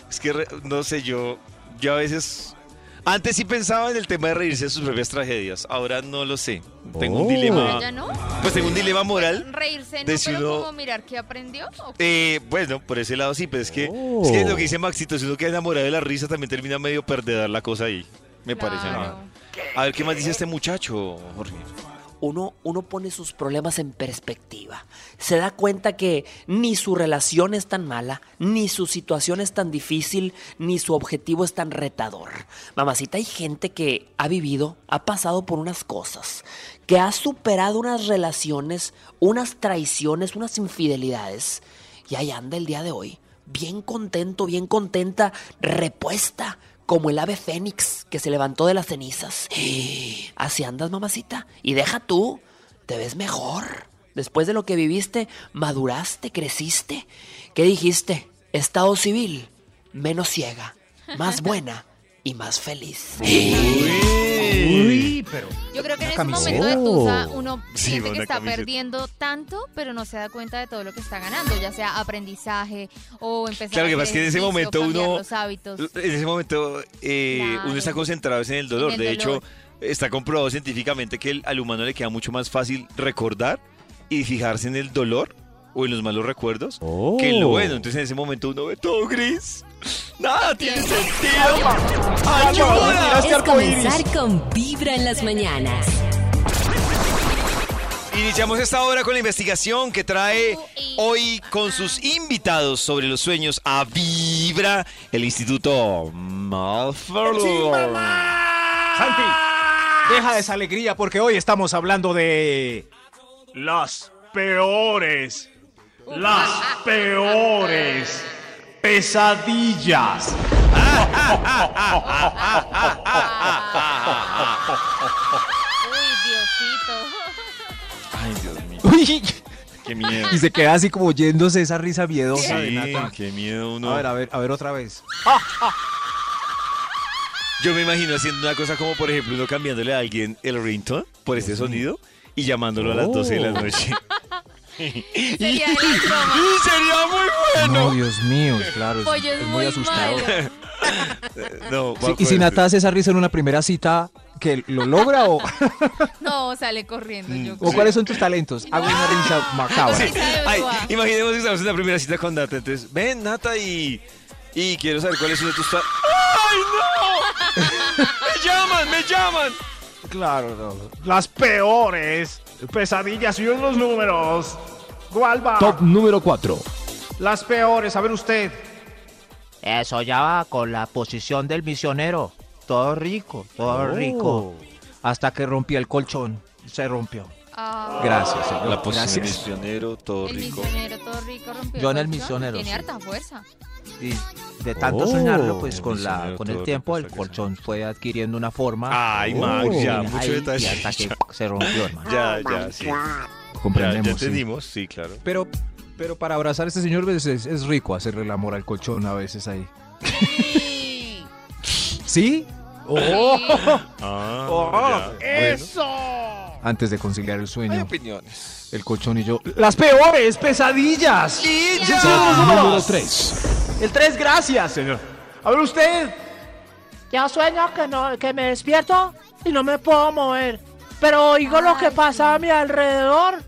S6: Es que re- no sé, yo. Yo a veces. Antes sí pensaba en el tema de reírse de sus propias tragedias. Ahora no lo sé. Tengo un
S3: Oh.
S6: dilema.
S3: Ahora ya no.
S6: Pues tengo un dilema moral.
S3: Reírse, no,
S6: De si
S3: pero
S6: uno-
S3: como mirar qué aprendió. ¿o qué?
S6: Eh, bueno, por ese lado sí, pero es que, es que lo que dice
S3: Oh.
S6: Maxito, si uno queda enamorado de la risa, también termina medio perdedar la cosa ahí. Me parece. a mí. A ver, ¿qué más dice este muchacho, Jorge?
S2: uno, uno pone sus problemas en perspectiva. Se da cuenta que ni su relación es tan mala, ni su situación es tan difícil, ni su objetivo es tan retador. Mamacita, hay gente que ha vivido, ha pasado por unas cosas, que ha superado unas relaciones, unas traiciones, unas infidelidades, y ahí anda el día de hoy, bien contento, bien contenta, repuesta, como el ave fénix que se levantó de las cenizas. Así andas, mamacita. Y deja tú, te ves mejor. Después de lo que viviste, maduraste, creciste. ¿Qué dijiste? Estado civil, menos ciega, más buena y más feliz.
S17: Uy, pero.
S3: Yo creo que en
S2: Una
S3: ese
S2: camiseta.
S3: momento de Tusa
S2: Oh.
S3: uno
S2: Sí,
S3: siente que
S2: una
S3: está
S2: camiseta.
S3: perdiendo tanto, pero no se da cuenta de todo lo que está ganando, ya sea aprendizaje o empezar
S6: Claro,
S3: a
S6: que
S3: hacer
S6: pasa es que en ese
S3: ejercicio,
S6: momento
S3: cambiar
S6: uno.
S3: los hábitos.
S6: En ese momento eh,
S3: Claro.
S6: uno está concentrado en el dolor.
S3: En el
S6: de
S3: dolor.
S6: hecho, está comprobado científicamente que el- al humano le queda mucho más fácil recordar y fijarse en el dolor o en los malos recuerdos que
S4: Oh.
S6: en lo bueno. Entonces en ese momento uno ve todo gris. Nada tiene sentido. ¡Ayuda!
S1: Es comenzar con Vibra en las mañanas.
S6: Iniciamos esta hora con la investigación que trae
S3: Oh,
S6: hoy con sus invitados sobre los sueños a Vibra, el Instituto Malfour.
S10: Ah.
S17: Santi, deja esa alegría porque hoy estamos hablando de.
S9: Las peores Las peores pesadillas.
S6: Ay, Dios mío. Qué miedo.
S4: Y se queda así como yéndose esa risa miedosa. de
S6: Sí,
S4: Nata.
S6: qué miedo uno.
S4: A ver, a ver, a ver otra vez.
S6: Yo me imagino haciendo una cosa como, por ejemplo, uno cambiándole a alguien el ringtone por este sonido y llamándolo a las 12 de la
S4: Oh.
S9: Oh.
S6: noche.
S3: Sería de las bromas.
S6: sería muy
S4: No, Dios mío, claro. Es,
S3: Pollo es
S4: es muy
S3: muy
S4: asustador.
S3: malo.
S6: No,
S4: Sí, y si Nata hace esa risa en una primera cita, ¿que lo logra o,
S3: No, sale corriendo.
S6: Mm,
S3: Yo Ah.
S4: o cuáles son tus talentos? Hago una risa macabra.
S6: Sí. Ay, imaginemos que estamos en la primera cita con Nata. Entonces, ven, Nata, y, y quiero saber cuál es uno de tus. ta- ¡Ay, no! ¡Me llaman, me llaman!
S9: Claro, Las peores pesadillas y unos números. ¿Cuál va?
S26: Top número 4.
S9: Las peores, a ver usted.
S27: Eso ya va con la posición del misionero. Todo rico, todo
S4: Oh.
S27: rico. Hasta que rompí el colchón. Se rompió.
S3: Ah.
S4: Gracias, señor.
S6: La posición
S4: Gracias.
S6: del misionero, todo
S3: El
S6: rico.
S3: misionero, todo rico, rompió
S27: Yo en el
S3: colchón.
S27: misionero,
S3: Tiene
S27: sí.
S3: harta fuerza.
S27: Y de tanto
S4: Oh.
S27: soñarlo, pues con,
S4: El
S27: la,
S4: misionero
S27: con el
S4: todo
S27: tiempo el colchón fue adquiriendo una forma.
S4: Oh.
S6: Ay, Max, ya,
S27: y
S6: mucho
S27: ahí,
S6: detalle,
S27: Y hasta que
S6: ya.
S27: se rompió, hermano.
S6: Ya, ya, sí.
S4: Comprendemos,
S6: Ya, ya
S4: sí.
S6: entendimos, sí, claro.
S4: Pero, pero para abrazar a este señor pues, es, es rico hacerle el amor al colchón a veces ahí. ¿Sí? Oh.
S6: Ah,
S4: Oh,
S6: ya.
S4: Antes de conciliar el sueño,
S6: opiniones.
S4: el colchón y yo.
S9: Las peores pesadillas.
S4: ya.
S9: Son los números.
S4: Número tres.
S9: El 3, gracias, señor. A ver usted.
S8: Ya sueño que, no, que me despierto y no me puedo mover. Pero oigo lo que pasa a mi alrededor.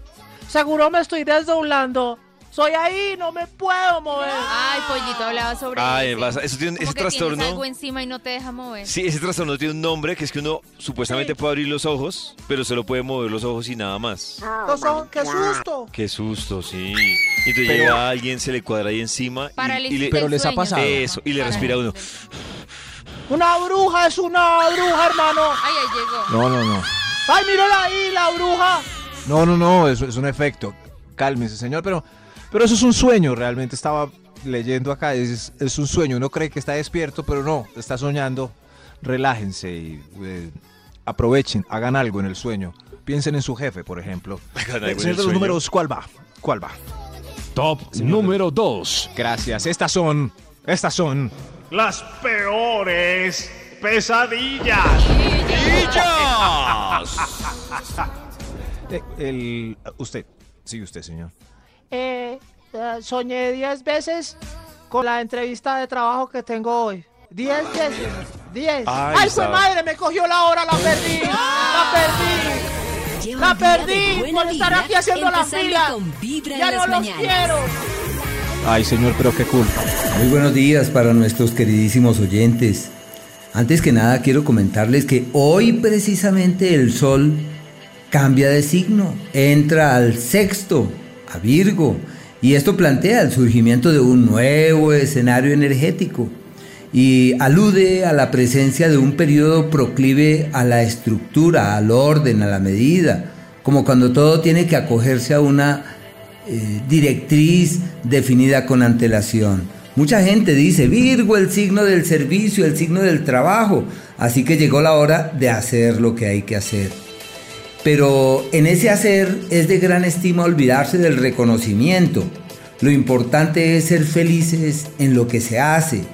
S8: Seguro me estoy desdoblando. Soy ahí, no me puedo mover.
S3: Ay, pollito hablaba sobre
S6: Ay,
S3: ese.
S6: eh, vas a- eso tiene un-
S3: Como
S6: Ah, ese
S3: que tienes
S6: trastorno-
S3: algo encima y no te deja mover.
S6: Sí, ese trastorno tiene un nombre que es que uno supuestamente puede abrir los ojos, pero solo puede mover los ojos y nada más.
S3: Oh
S8: Los ojos, qué susto.
S6: Qué susto, sí. Y entonces
S4: Pero-
S6: llega alguien, se le cuadra ahí encima. y-
S8: Parálisis
S6: y le-
S8: del Pero les ha sueño. pasado.
S6: Eso, y le respira uno.
S8: Una bruja es una bruja, hermano.
S3: Ay, ahí llegó.
S4: No, no, no.
S8: Ay, mírala ahí, la bruja.
S4: No, no, no, eso es un efecto. Cálmese, señor, pero, pero eso es un sueño. Realmente estaba leyendo acá, es, es un sueño. Uno cree que está despierto, pero no, está soñando. Relájense y eh, aprovechen, hagan algo en el sueño. Piensen en su jefe, por ejemplo.
S6: Hagan algo en
S4: Señor
S6: el
S4: de los
S6: sueño.
S4: números, ¿cuál va? ¿Cuál va?
S26: Top número 2.
S4: Gracias. Estas son, estas son
S9: Las peores pesadillas.
S4: eh, el usted, sí usted, señor.
S8: Eh, eh, soñé 10 veces con la entrevista de trabajo que tengo hoy. 10 veces. 10.
S4: Ay,
S8: Ay,
S4: está.
S8: fue madre, me cogió la hora, la perdí. La perdí. La perdí por estar aquí haciendo la fila. Ya no los quiero.
S4: Ay, señor, pero qué culpa.
S28: Muy buenos días para nuestros queridísimos oyentes. Antes que nada quiero comentarles que hoy precisamente el Sol cambia de signo, entra al sexto, a Virgo, y esto plantea el surgimiento de un nuevo escenario energético y alude a la presencia de un periodo proclive a la estructura, al orden, a la medida, como cuando todo tiene que acogerse a una eh, directriz definida con antelación. Mucha gente dice, Virgo, el signo del servicio, el signo del trabajo, así que llegó la hora de hacer lo que hay que hacer. Pero en ese hacer es de gran estima olvidarse del reconocimiento. Lo importante es ser felices en lo que se hace.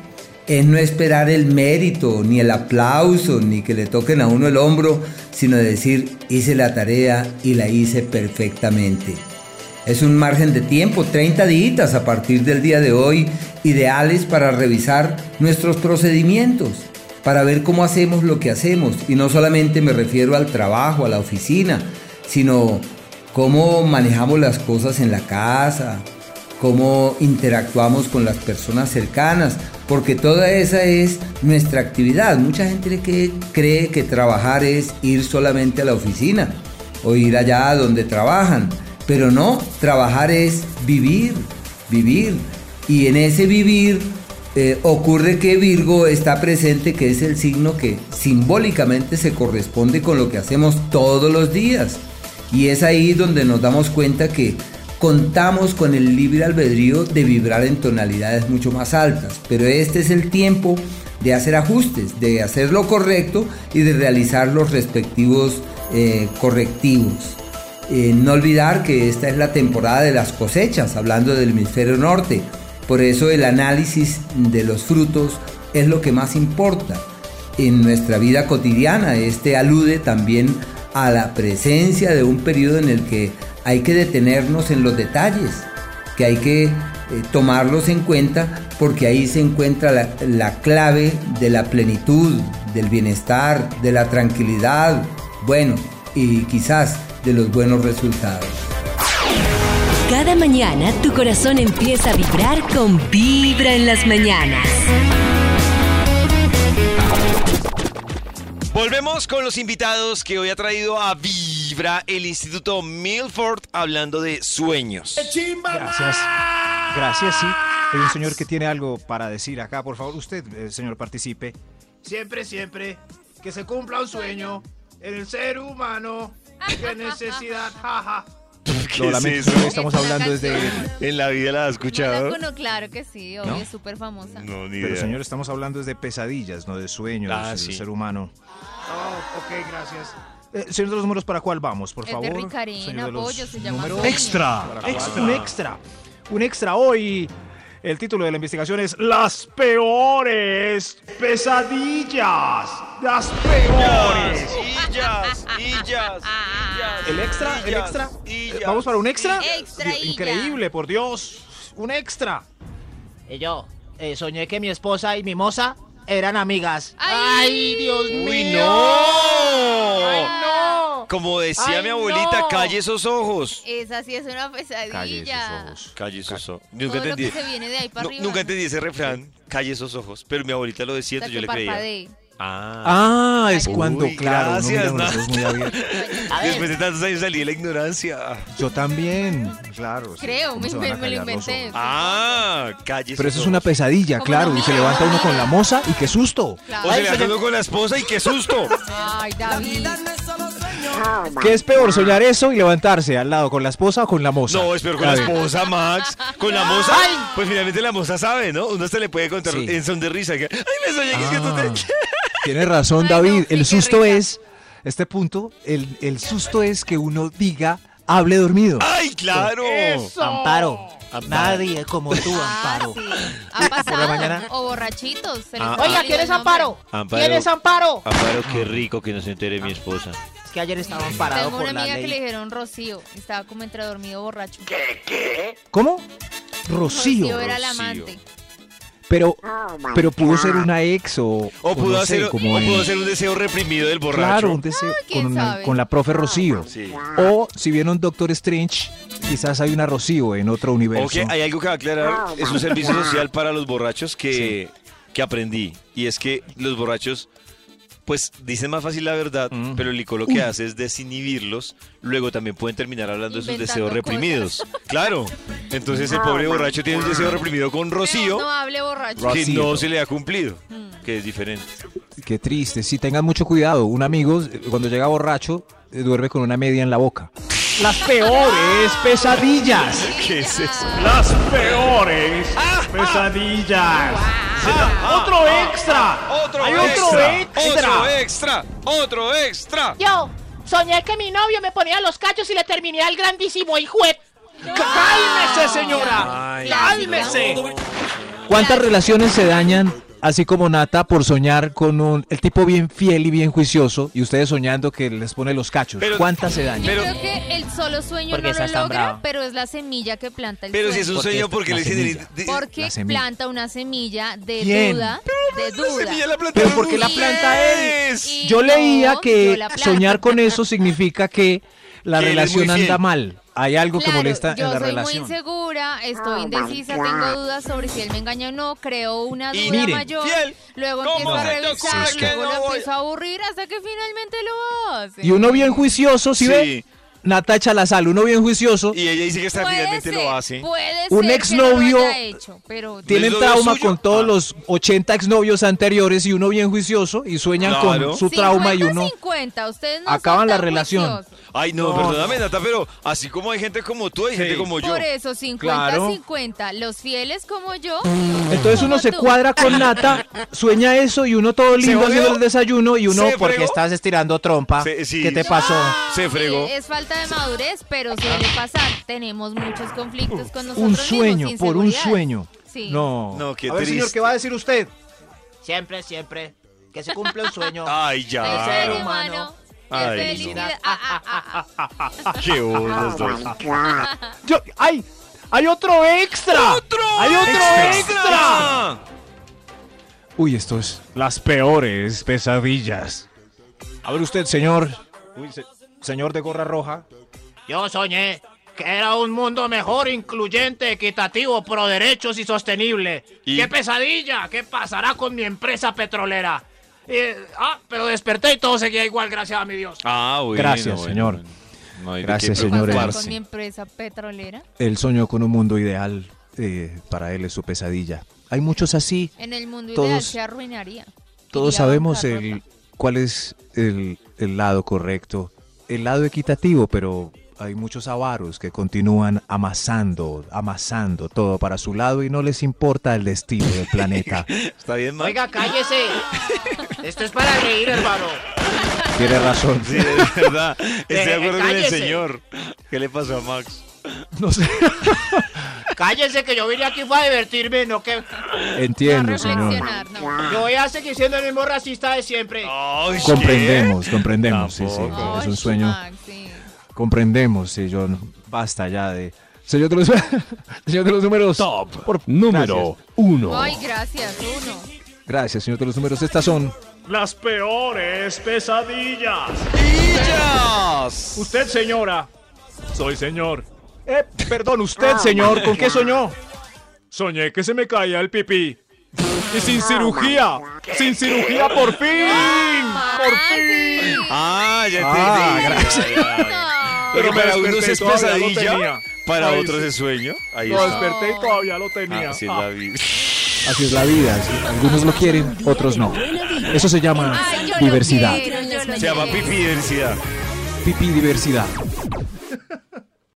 S28: Es no esperar el mérito, ni el aplauso, ni que le toquen a uno el hombro, sino decir hice la tarea y la hice perfectamente. Es un margen de tiempo, 30 días a partir del día de hoy, ideales para revisar nuestros procedimientos, para ver cómo hacemos lo que hacemos. Y no solamente me refiero al trabajo, a la oficina, sino cómo manejamos las cosas en la casa, cómo interactuamos con las personas cercanas, porque toda esa es nuestra actividad. Mucha gente que cree que trabajar es ir solamente a la oficina o ir allá donde trabajan, pero no, trabajar es vivir, vivir. Y en ese vivir eh, ocurre que Virgo está presente, que es el signo que simbólicamente se corresponde con lo que hacemos todos los días. Y es ahí donde nos damos cuenta que contamos con el libre albedrío de vibrar en tonalidades mucho más altas, pero este es el tiempo de hacer ajustes, de hacer lo correcto y de realizar los respectivos eh, correctivos. Eh, no olvidar que esta es la temporada de las cosechas, hablando del hemisferio norte, por eso el análisis de los frutos es lo que más importa. En nuestra vida cotidiana, este alude también a la presencia de un periodo en el que hay que detenernos en los detalles, que hay que eh, tomarlos en cuenta porque ahí se encuentra la, la clave de la plenitud, del bienestar, de la tranquilidad, bueno, y quizás de los buenos resultados.
S1: Cada mañana tu corazón empieza a vibrar con Vibra en las mañanas.
S6: Volvemos con los invitados que hoy ha traído a Vibra el Instituto Milford hablando de sueños.
S4: Gracias. Gracias, sí. Hay un señor que tiene algo para decir acá. Por favor, usted, eh, señor, participe.
S9: Siempre, siempre, que se cumpla un sueño en el ser humano. ¡Qué necesidad! jaja.
S6: ¿Qué
S4: Lo
S6: es
S4: lamento,
S6: eso?
S4: estamos hablando desde...
S6: En la vida la has
S3: No
S6: escuchado.
S3: la cono- claro que sí, obvio,
S4: ¿No?
S3: es súper famosa.
S6: No, ni
S4: Pero,
S6: idea.
S4: señor, estamos hablando desde pesadillas, no de sueños
S6: Ah,
S4: del
S6: sí.
S4: ser humano.
S9: Oh, ok, gracias.
S4: Eh, señor de los números, ¿para cuál vamos, por
S9: Es de
S4: favor?
S9: Ricarena,
S4: Señor de los
S9: pollo, se llama
S4: números.
S9: Sueños. Extra,
S4: ¿Para cuál?
S9: extra.
S4: Un extra. Un extra hoy. El título de la investigación es Las
S9: Peores pesadillas. Las peores.
S6: Illas, illas,
S4: El extra, el extra. Eh, ¿Vamos para un extra? Dios, Increíble, por Dios. Un extra.
S8: Y yo, eh, soñé que mi esposa y mi moza eran amigas. ¡Ay, Dios mío!
S6: ¡Uy, no!
S8: no!
S6: Como decía
S3: Ay,
S6: mi abuelita,
S3: no.
S6: calle esos ojos.
S3: Esa sí es una pesadilla.
S6: Calle esos ojos.
S3: Todo
S6: Nunca
S3: lo
S6: entendí.
S3: que se viene de ahí para
S6: No,
S3: arriba.
S6: nunca entendí ese refrán, calle esos ojos. Pero mi abuelita lo decía,
S3: Hasta
S6: entonces yo
S3: que
S6: le creía.
S3: parpadee.
S6: Ah,
S4: Ah, es
S6: Uy,
S4: cuando, claro, uno mira
S6: gracias,
S4: con los
S6: Nata.
S4: ojos muy abiertos.
S3: A ver,
S6: Después de tantos años salí de la ignorancia.
S4: Yo también, claro. sí.
S3: creo,
S4: ¿Cómo
S3: me,
S4: se van a
S3: me- me lo
S4: callar los
S3: inventé.
S6: Ah, calle
S4: Pero eso es una pesadilla, claro. Y se levanta uno con la moza y qué susto.
S6: O se le uno con la esposa y qué susto.
S3: Ay, David.
S8: Ah.
S4: ¿Qué es peor, soñar eso y levantarse al lado con la esposa o con la moza?
S6: No, espero con la
S4: A ver.
S6: esposa, Max. Con la moza. Pues finalmente la moza sabe, ¿no? Uno se le puede contar en son de risa. que, Ay, me soñé que es que tú te.
S4: Tiene Ah. razón, David. El susto es, este punto, el, el susto es que uno diga, hable dormido.
S6: ¡Ay, claro!
S8: Eso. Amparo, nadie como tú, Amparo.
S3: Ha
S8: Por la
S3: pasado.
S8: mañana.
S3: O borrachitos. se les
S6: Ah,
S3: olvida
S6: Oiga,
S3: el
S8: ¿quién es
S3: nombre.
S8: Amparo? ¿Quién es Amparo?
S6: Amparo, qué rico que no se entere mi esposa.
S8: Es que ayer estaba amparado
S3: Tengo una
S8: por la
S3: amiga que le
S8: ley.
S3: dijeron Rocío. Estaba como entre dormido borracho.
S6: ¿Qué? ¿Qué?
S4: ¿Cómo? Rocío.
S3: Rocío era la amante.
S4: Pero, pero pudo ser una ex o,
S6: Ah, O pudo,
S4: no sé,
S6: hacer,
S4: como
S6: o
S4: el-
S6: pudo hacer un deseo reprimido del borracho. Ah,
S4: Claro, un deseo
S6: quién
S4: con, una-
S6: sabe. Ah,
S4: con la profe Rocío.
S6: Sí.
S4: O si vieron Doctor Strange, quizás hay una Rocío en otro universo.
S6: Ok, hay algo que va a
S8: Ah,
S6: aclarar. Es un servicio social para los borrachos que, que aprendí. Y es que los borrachos, pues, dicen más fácil la verdad,
S4: Mm.
S6: pero el licor lo que hace es desinhibirlos. Luego también pueden terminar hablando de sus
S3: Inventando
S6: deseos reprimidos. Claro. Entonces
S8: Ah,
S6: el pobre borracho tiene un deseo reprimido con Rocío
S3: No hable borracho.
S6: que no
S4: Rocío.
S6: se le ha cumplido,
S8: Mm.
S6: que es diferente.
S4: Qué triste. Sí, tengan mucho cuidado. Un amigo, eh, cuando llega borracho, eh, duerme con una media en la boca.
S9: Las peores pesadillas.
S6: ¿Qué es eso?
S9: Las peores pesadillas. Otro extra.
S6: Otro
S9: Hay otro extra.
S6: extra, otro extra.
S29: Yo soñé que mi novio me ponía los cachos y le terminé al grandísimo hijo. de-
S9: ¡Cálmese, señora!
S6: Ay,
S9: ¡Cálmese!
S4: ¿Cuántas relaciones se dañan, así como Nata, por soñar con un, el tipo bien fiel y bien juicioso y ustedes soñando que les pone los cachos? ¿Cuántas se dañan?
S3: Yo creo que el solo sueño
S4: Porque
S3: no
S4: esa
S3: lo
S4: es tan
S3: logra,
S4: brava.
S3: pero es la semilla que planta el
S6: Pero si
S3: sueño.
S6: es un sueño, porque le dicen...
S3: Porque
S6: La semilla.
S3: planta una semilla de
S4: ¿Quién?
S3: duda, de duda.
S4: Pero ¿por qué la planta él? Yo leía
S3: yo
S4: que
S3: la planto.
S4: soñar con eso significa que la
S6: Que él es
S4: relación
S6: muy fiel.
S4: anda mal. Hay algo que
S3: Claro,
S4: molesta
S3: yo
S4: en la
S3: soy muy
S4: relación.
S3: insegura, estoy indecisa,
S4: God.
S3: tengo dudas sobre si él me engaña o no, creo una
S4: Y
S3: duda
S4: miren,
S3: mayor,
S4: fiel,
S3: luego empiezo
S4: ¿cómo
S3: a
S4: se te
S3: revisar,
S4: ocurre que
S3: luego
S4: no
S3: lo
S4: voy?
S3: empiezo a aburrir hasta que finalmente lo hace.
S4: Y uno bien juicioso, si ve? Nata Chalazal, uno bien juicioso.
S6: Y ella dice que está, finalmente lo hace.
S3: Puede
S4: Un
S3: ser que
S4: exnovio
S3: no lo haya hecho, pero
S4: Tienen trauma con
S6: Ah.
S4: todos los 80 exnovios anteriores y uno bien juicioso y sueñan
S6: Claro.
S4: con su trauma y uno
S3: 50, ustedes no
S4: acaban
S3: son
S4: la
S3: tan
S4: relación.
S3: juiciosos.
S6: Ay, no,
S4: No.
S6: perdóname, Nata, pero así como hay gente como tú, hay gente como yo.
S3: Por eso, 50-50,
S4: Claro.
S3: los fieles como yo.
S4: Entonces uno se cuadra con Nata, sueña eso y uno todo lindo
S6: volvió?
S4: haciendo el desayuno y uno
S6: ¿Se
S4: porque
S6: fregó?
S4: estás estirando trompa.
S6: Se- sí.
S4: ¿Qué te pasó?
S3: Ah,
S6: Se fregó.
S3: Es falta de madurez, pero suele pasar. Tenemos muchos conflictos con nosotros
S4: Un sueño,
S3: mismos,
S4: por un
S3: inseguridades.
S4: sueño.
S3: Sí.
S4: No.
S6: No, qué
S4: A ver,
S6: triste.
S4: señor,
S8: ¿Qué va a decir usted?
S30: Siempre, siempre. Que se cumpla un sueño.
S6: Ay, ya.
S30: del ser humano.
S6: Ay,
S30: Felicidad.
S9: ah.
S6: Qué bolas dos.
S9: Yo, ¡Ay! ¡Hay otro extra! ¡Hay otro extra!
S4: Uy, esto es las peores pesadillas. A ver usted, señor. Uy, se- señor de gorra roja.
S8: Yo soñé que era un mundo mejor, incluyente, equitativo, pro derechos y sostenible.
S6: ¿Y?
S8: ¡Qué pesadilla! ¿Qué pasará con mi empresa petrolera? Eh, ah, pero desperté y todo seguía igual, gracias a mi Dios.
S6: Ah, bueno,
S4: Gracias,
S6: bueno,
S4: señor.
S6: bueno. No hay de
S4: Gracias,
S6: qué
S4: señores.
S3: Pasar
S4: Parce.
S3: con mi empresa petrolera.
S4: Él soñó con un mundo ideal. eh, para él es su pesadilla. Hay muchos así.
S3: En el mundo ideal
S4: Todos-
S3: se arruinaría.
S4: Todos
S3: Iría a
S4: sabemos
S3: bancarrota.
S4: el, cuál es el, el lado correcto, el lado equitativo, pero hay muchos avaros que continúan amasando, amasando todo para su lado y no les importa el destino del planeta.
S6: Está bien, Max.
S31: Oiga, cállese. Esto es para reír, hermano.
S4: Tiene razón.
S6: Sí, es verdad. Estoy de
S31: Eh,
S6: acuerdo con el
S31: cállese.
S6: señor. ¿Qué le pasó a Max?
S8: Cállense que yo vine aquí fue a divertirme, no que...
S4: Entiendo, señor.
S8: Yo voy a seguir siendo el mismo racista de siempre.
S4: Pues Comprendemos, comprendemos. Sí, sí,
S6: Tampoco.
S4: es un sueño. Comprendemos, sí, yo no- basta ya de... Señor de los, señor de los números. Top. número uno.
S3: Ay, gracias, uno.
S4: Gracias, señor de los números. Estas son
S8: Las peores pesadillas.
S4: Usted,
S8: señora.
S4: Soy señor.
S8: Eh, perdón,
S4: usted, señor, ¿con qué soñó?
S8: Soñé que se me caía el pipí. Y sin
S4: cirugía.
S8: Sin cirugía, por fin. Por fin.
S6: Ah, ya
S4: Ah,
S6: entendí.
S4: gracias.
S6: Pero
S8: me
S6: para
S8: desperté
S6: unos
S8: y
S6: es
S8: todavía lo
S6: pesadilla,
S8: tenía.
S6: para
S8: Ahí
S6: otros
S8: sí.
S6: es sueño. Ahí
S8: Lo
S6: está.
S8: desperté y todavía lo tenía.
S6: Ah, así es la vida.
S4: Así es la vida. sí. Algunos lo quieren, otros no. Eso se llama diversidad.
S6: Se llama pipi diversidad.
S4: Pipi diversidad.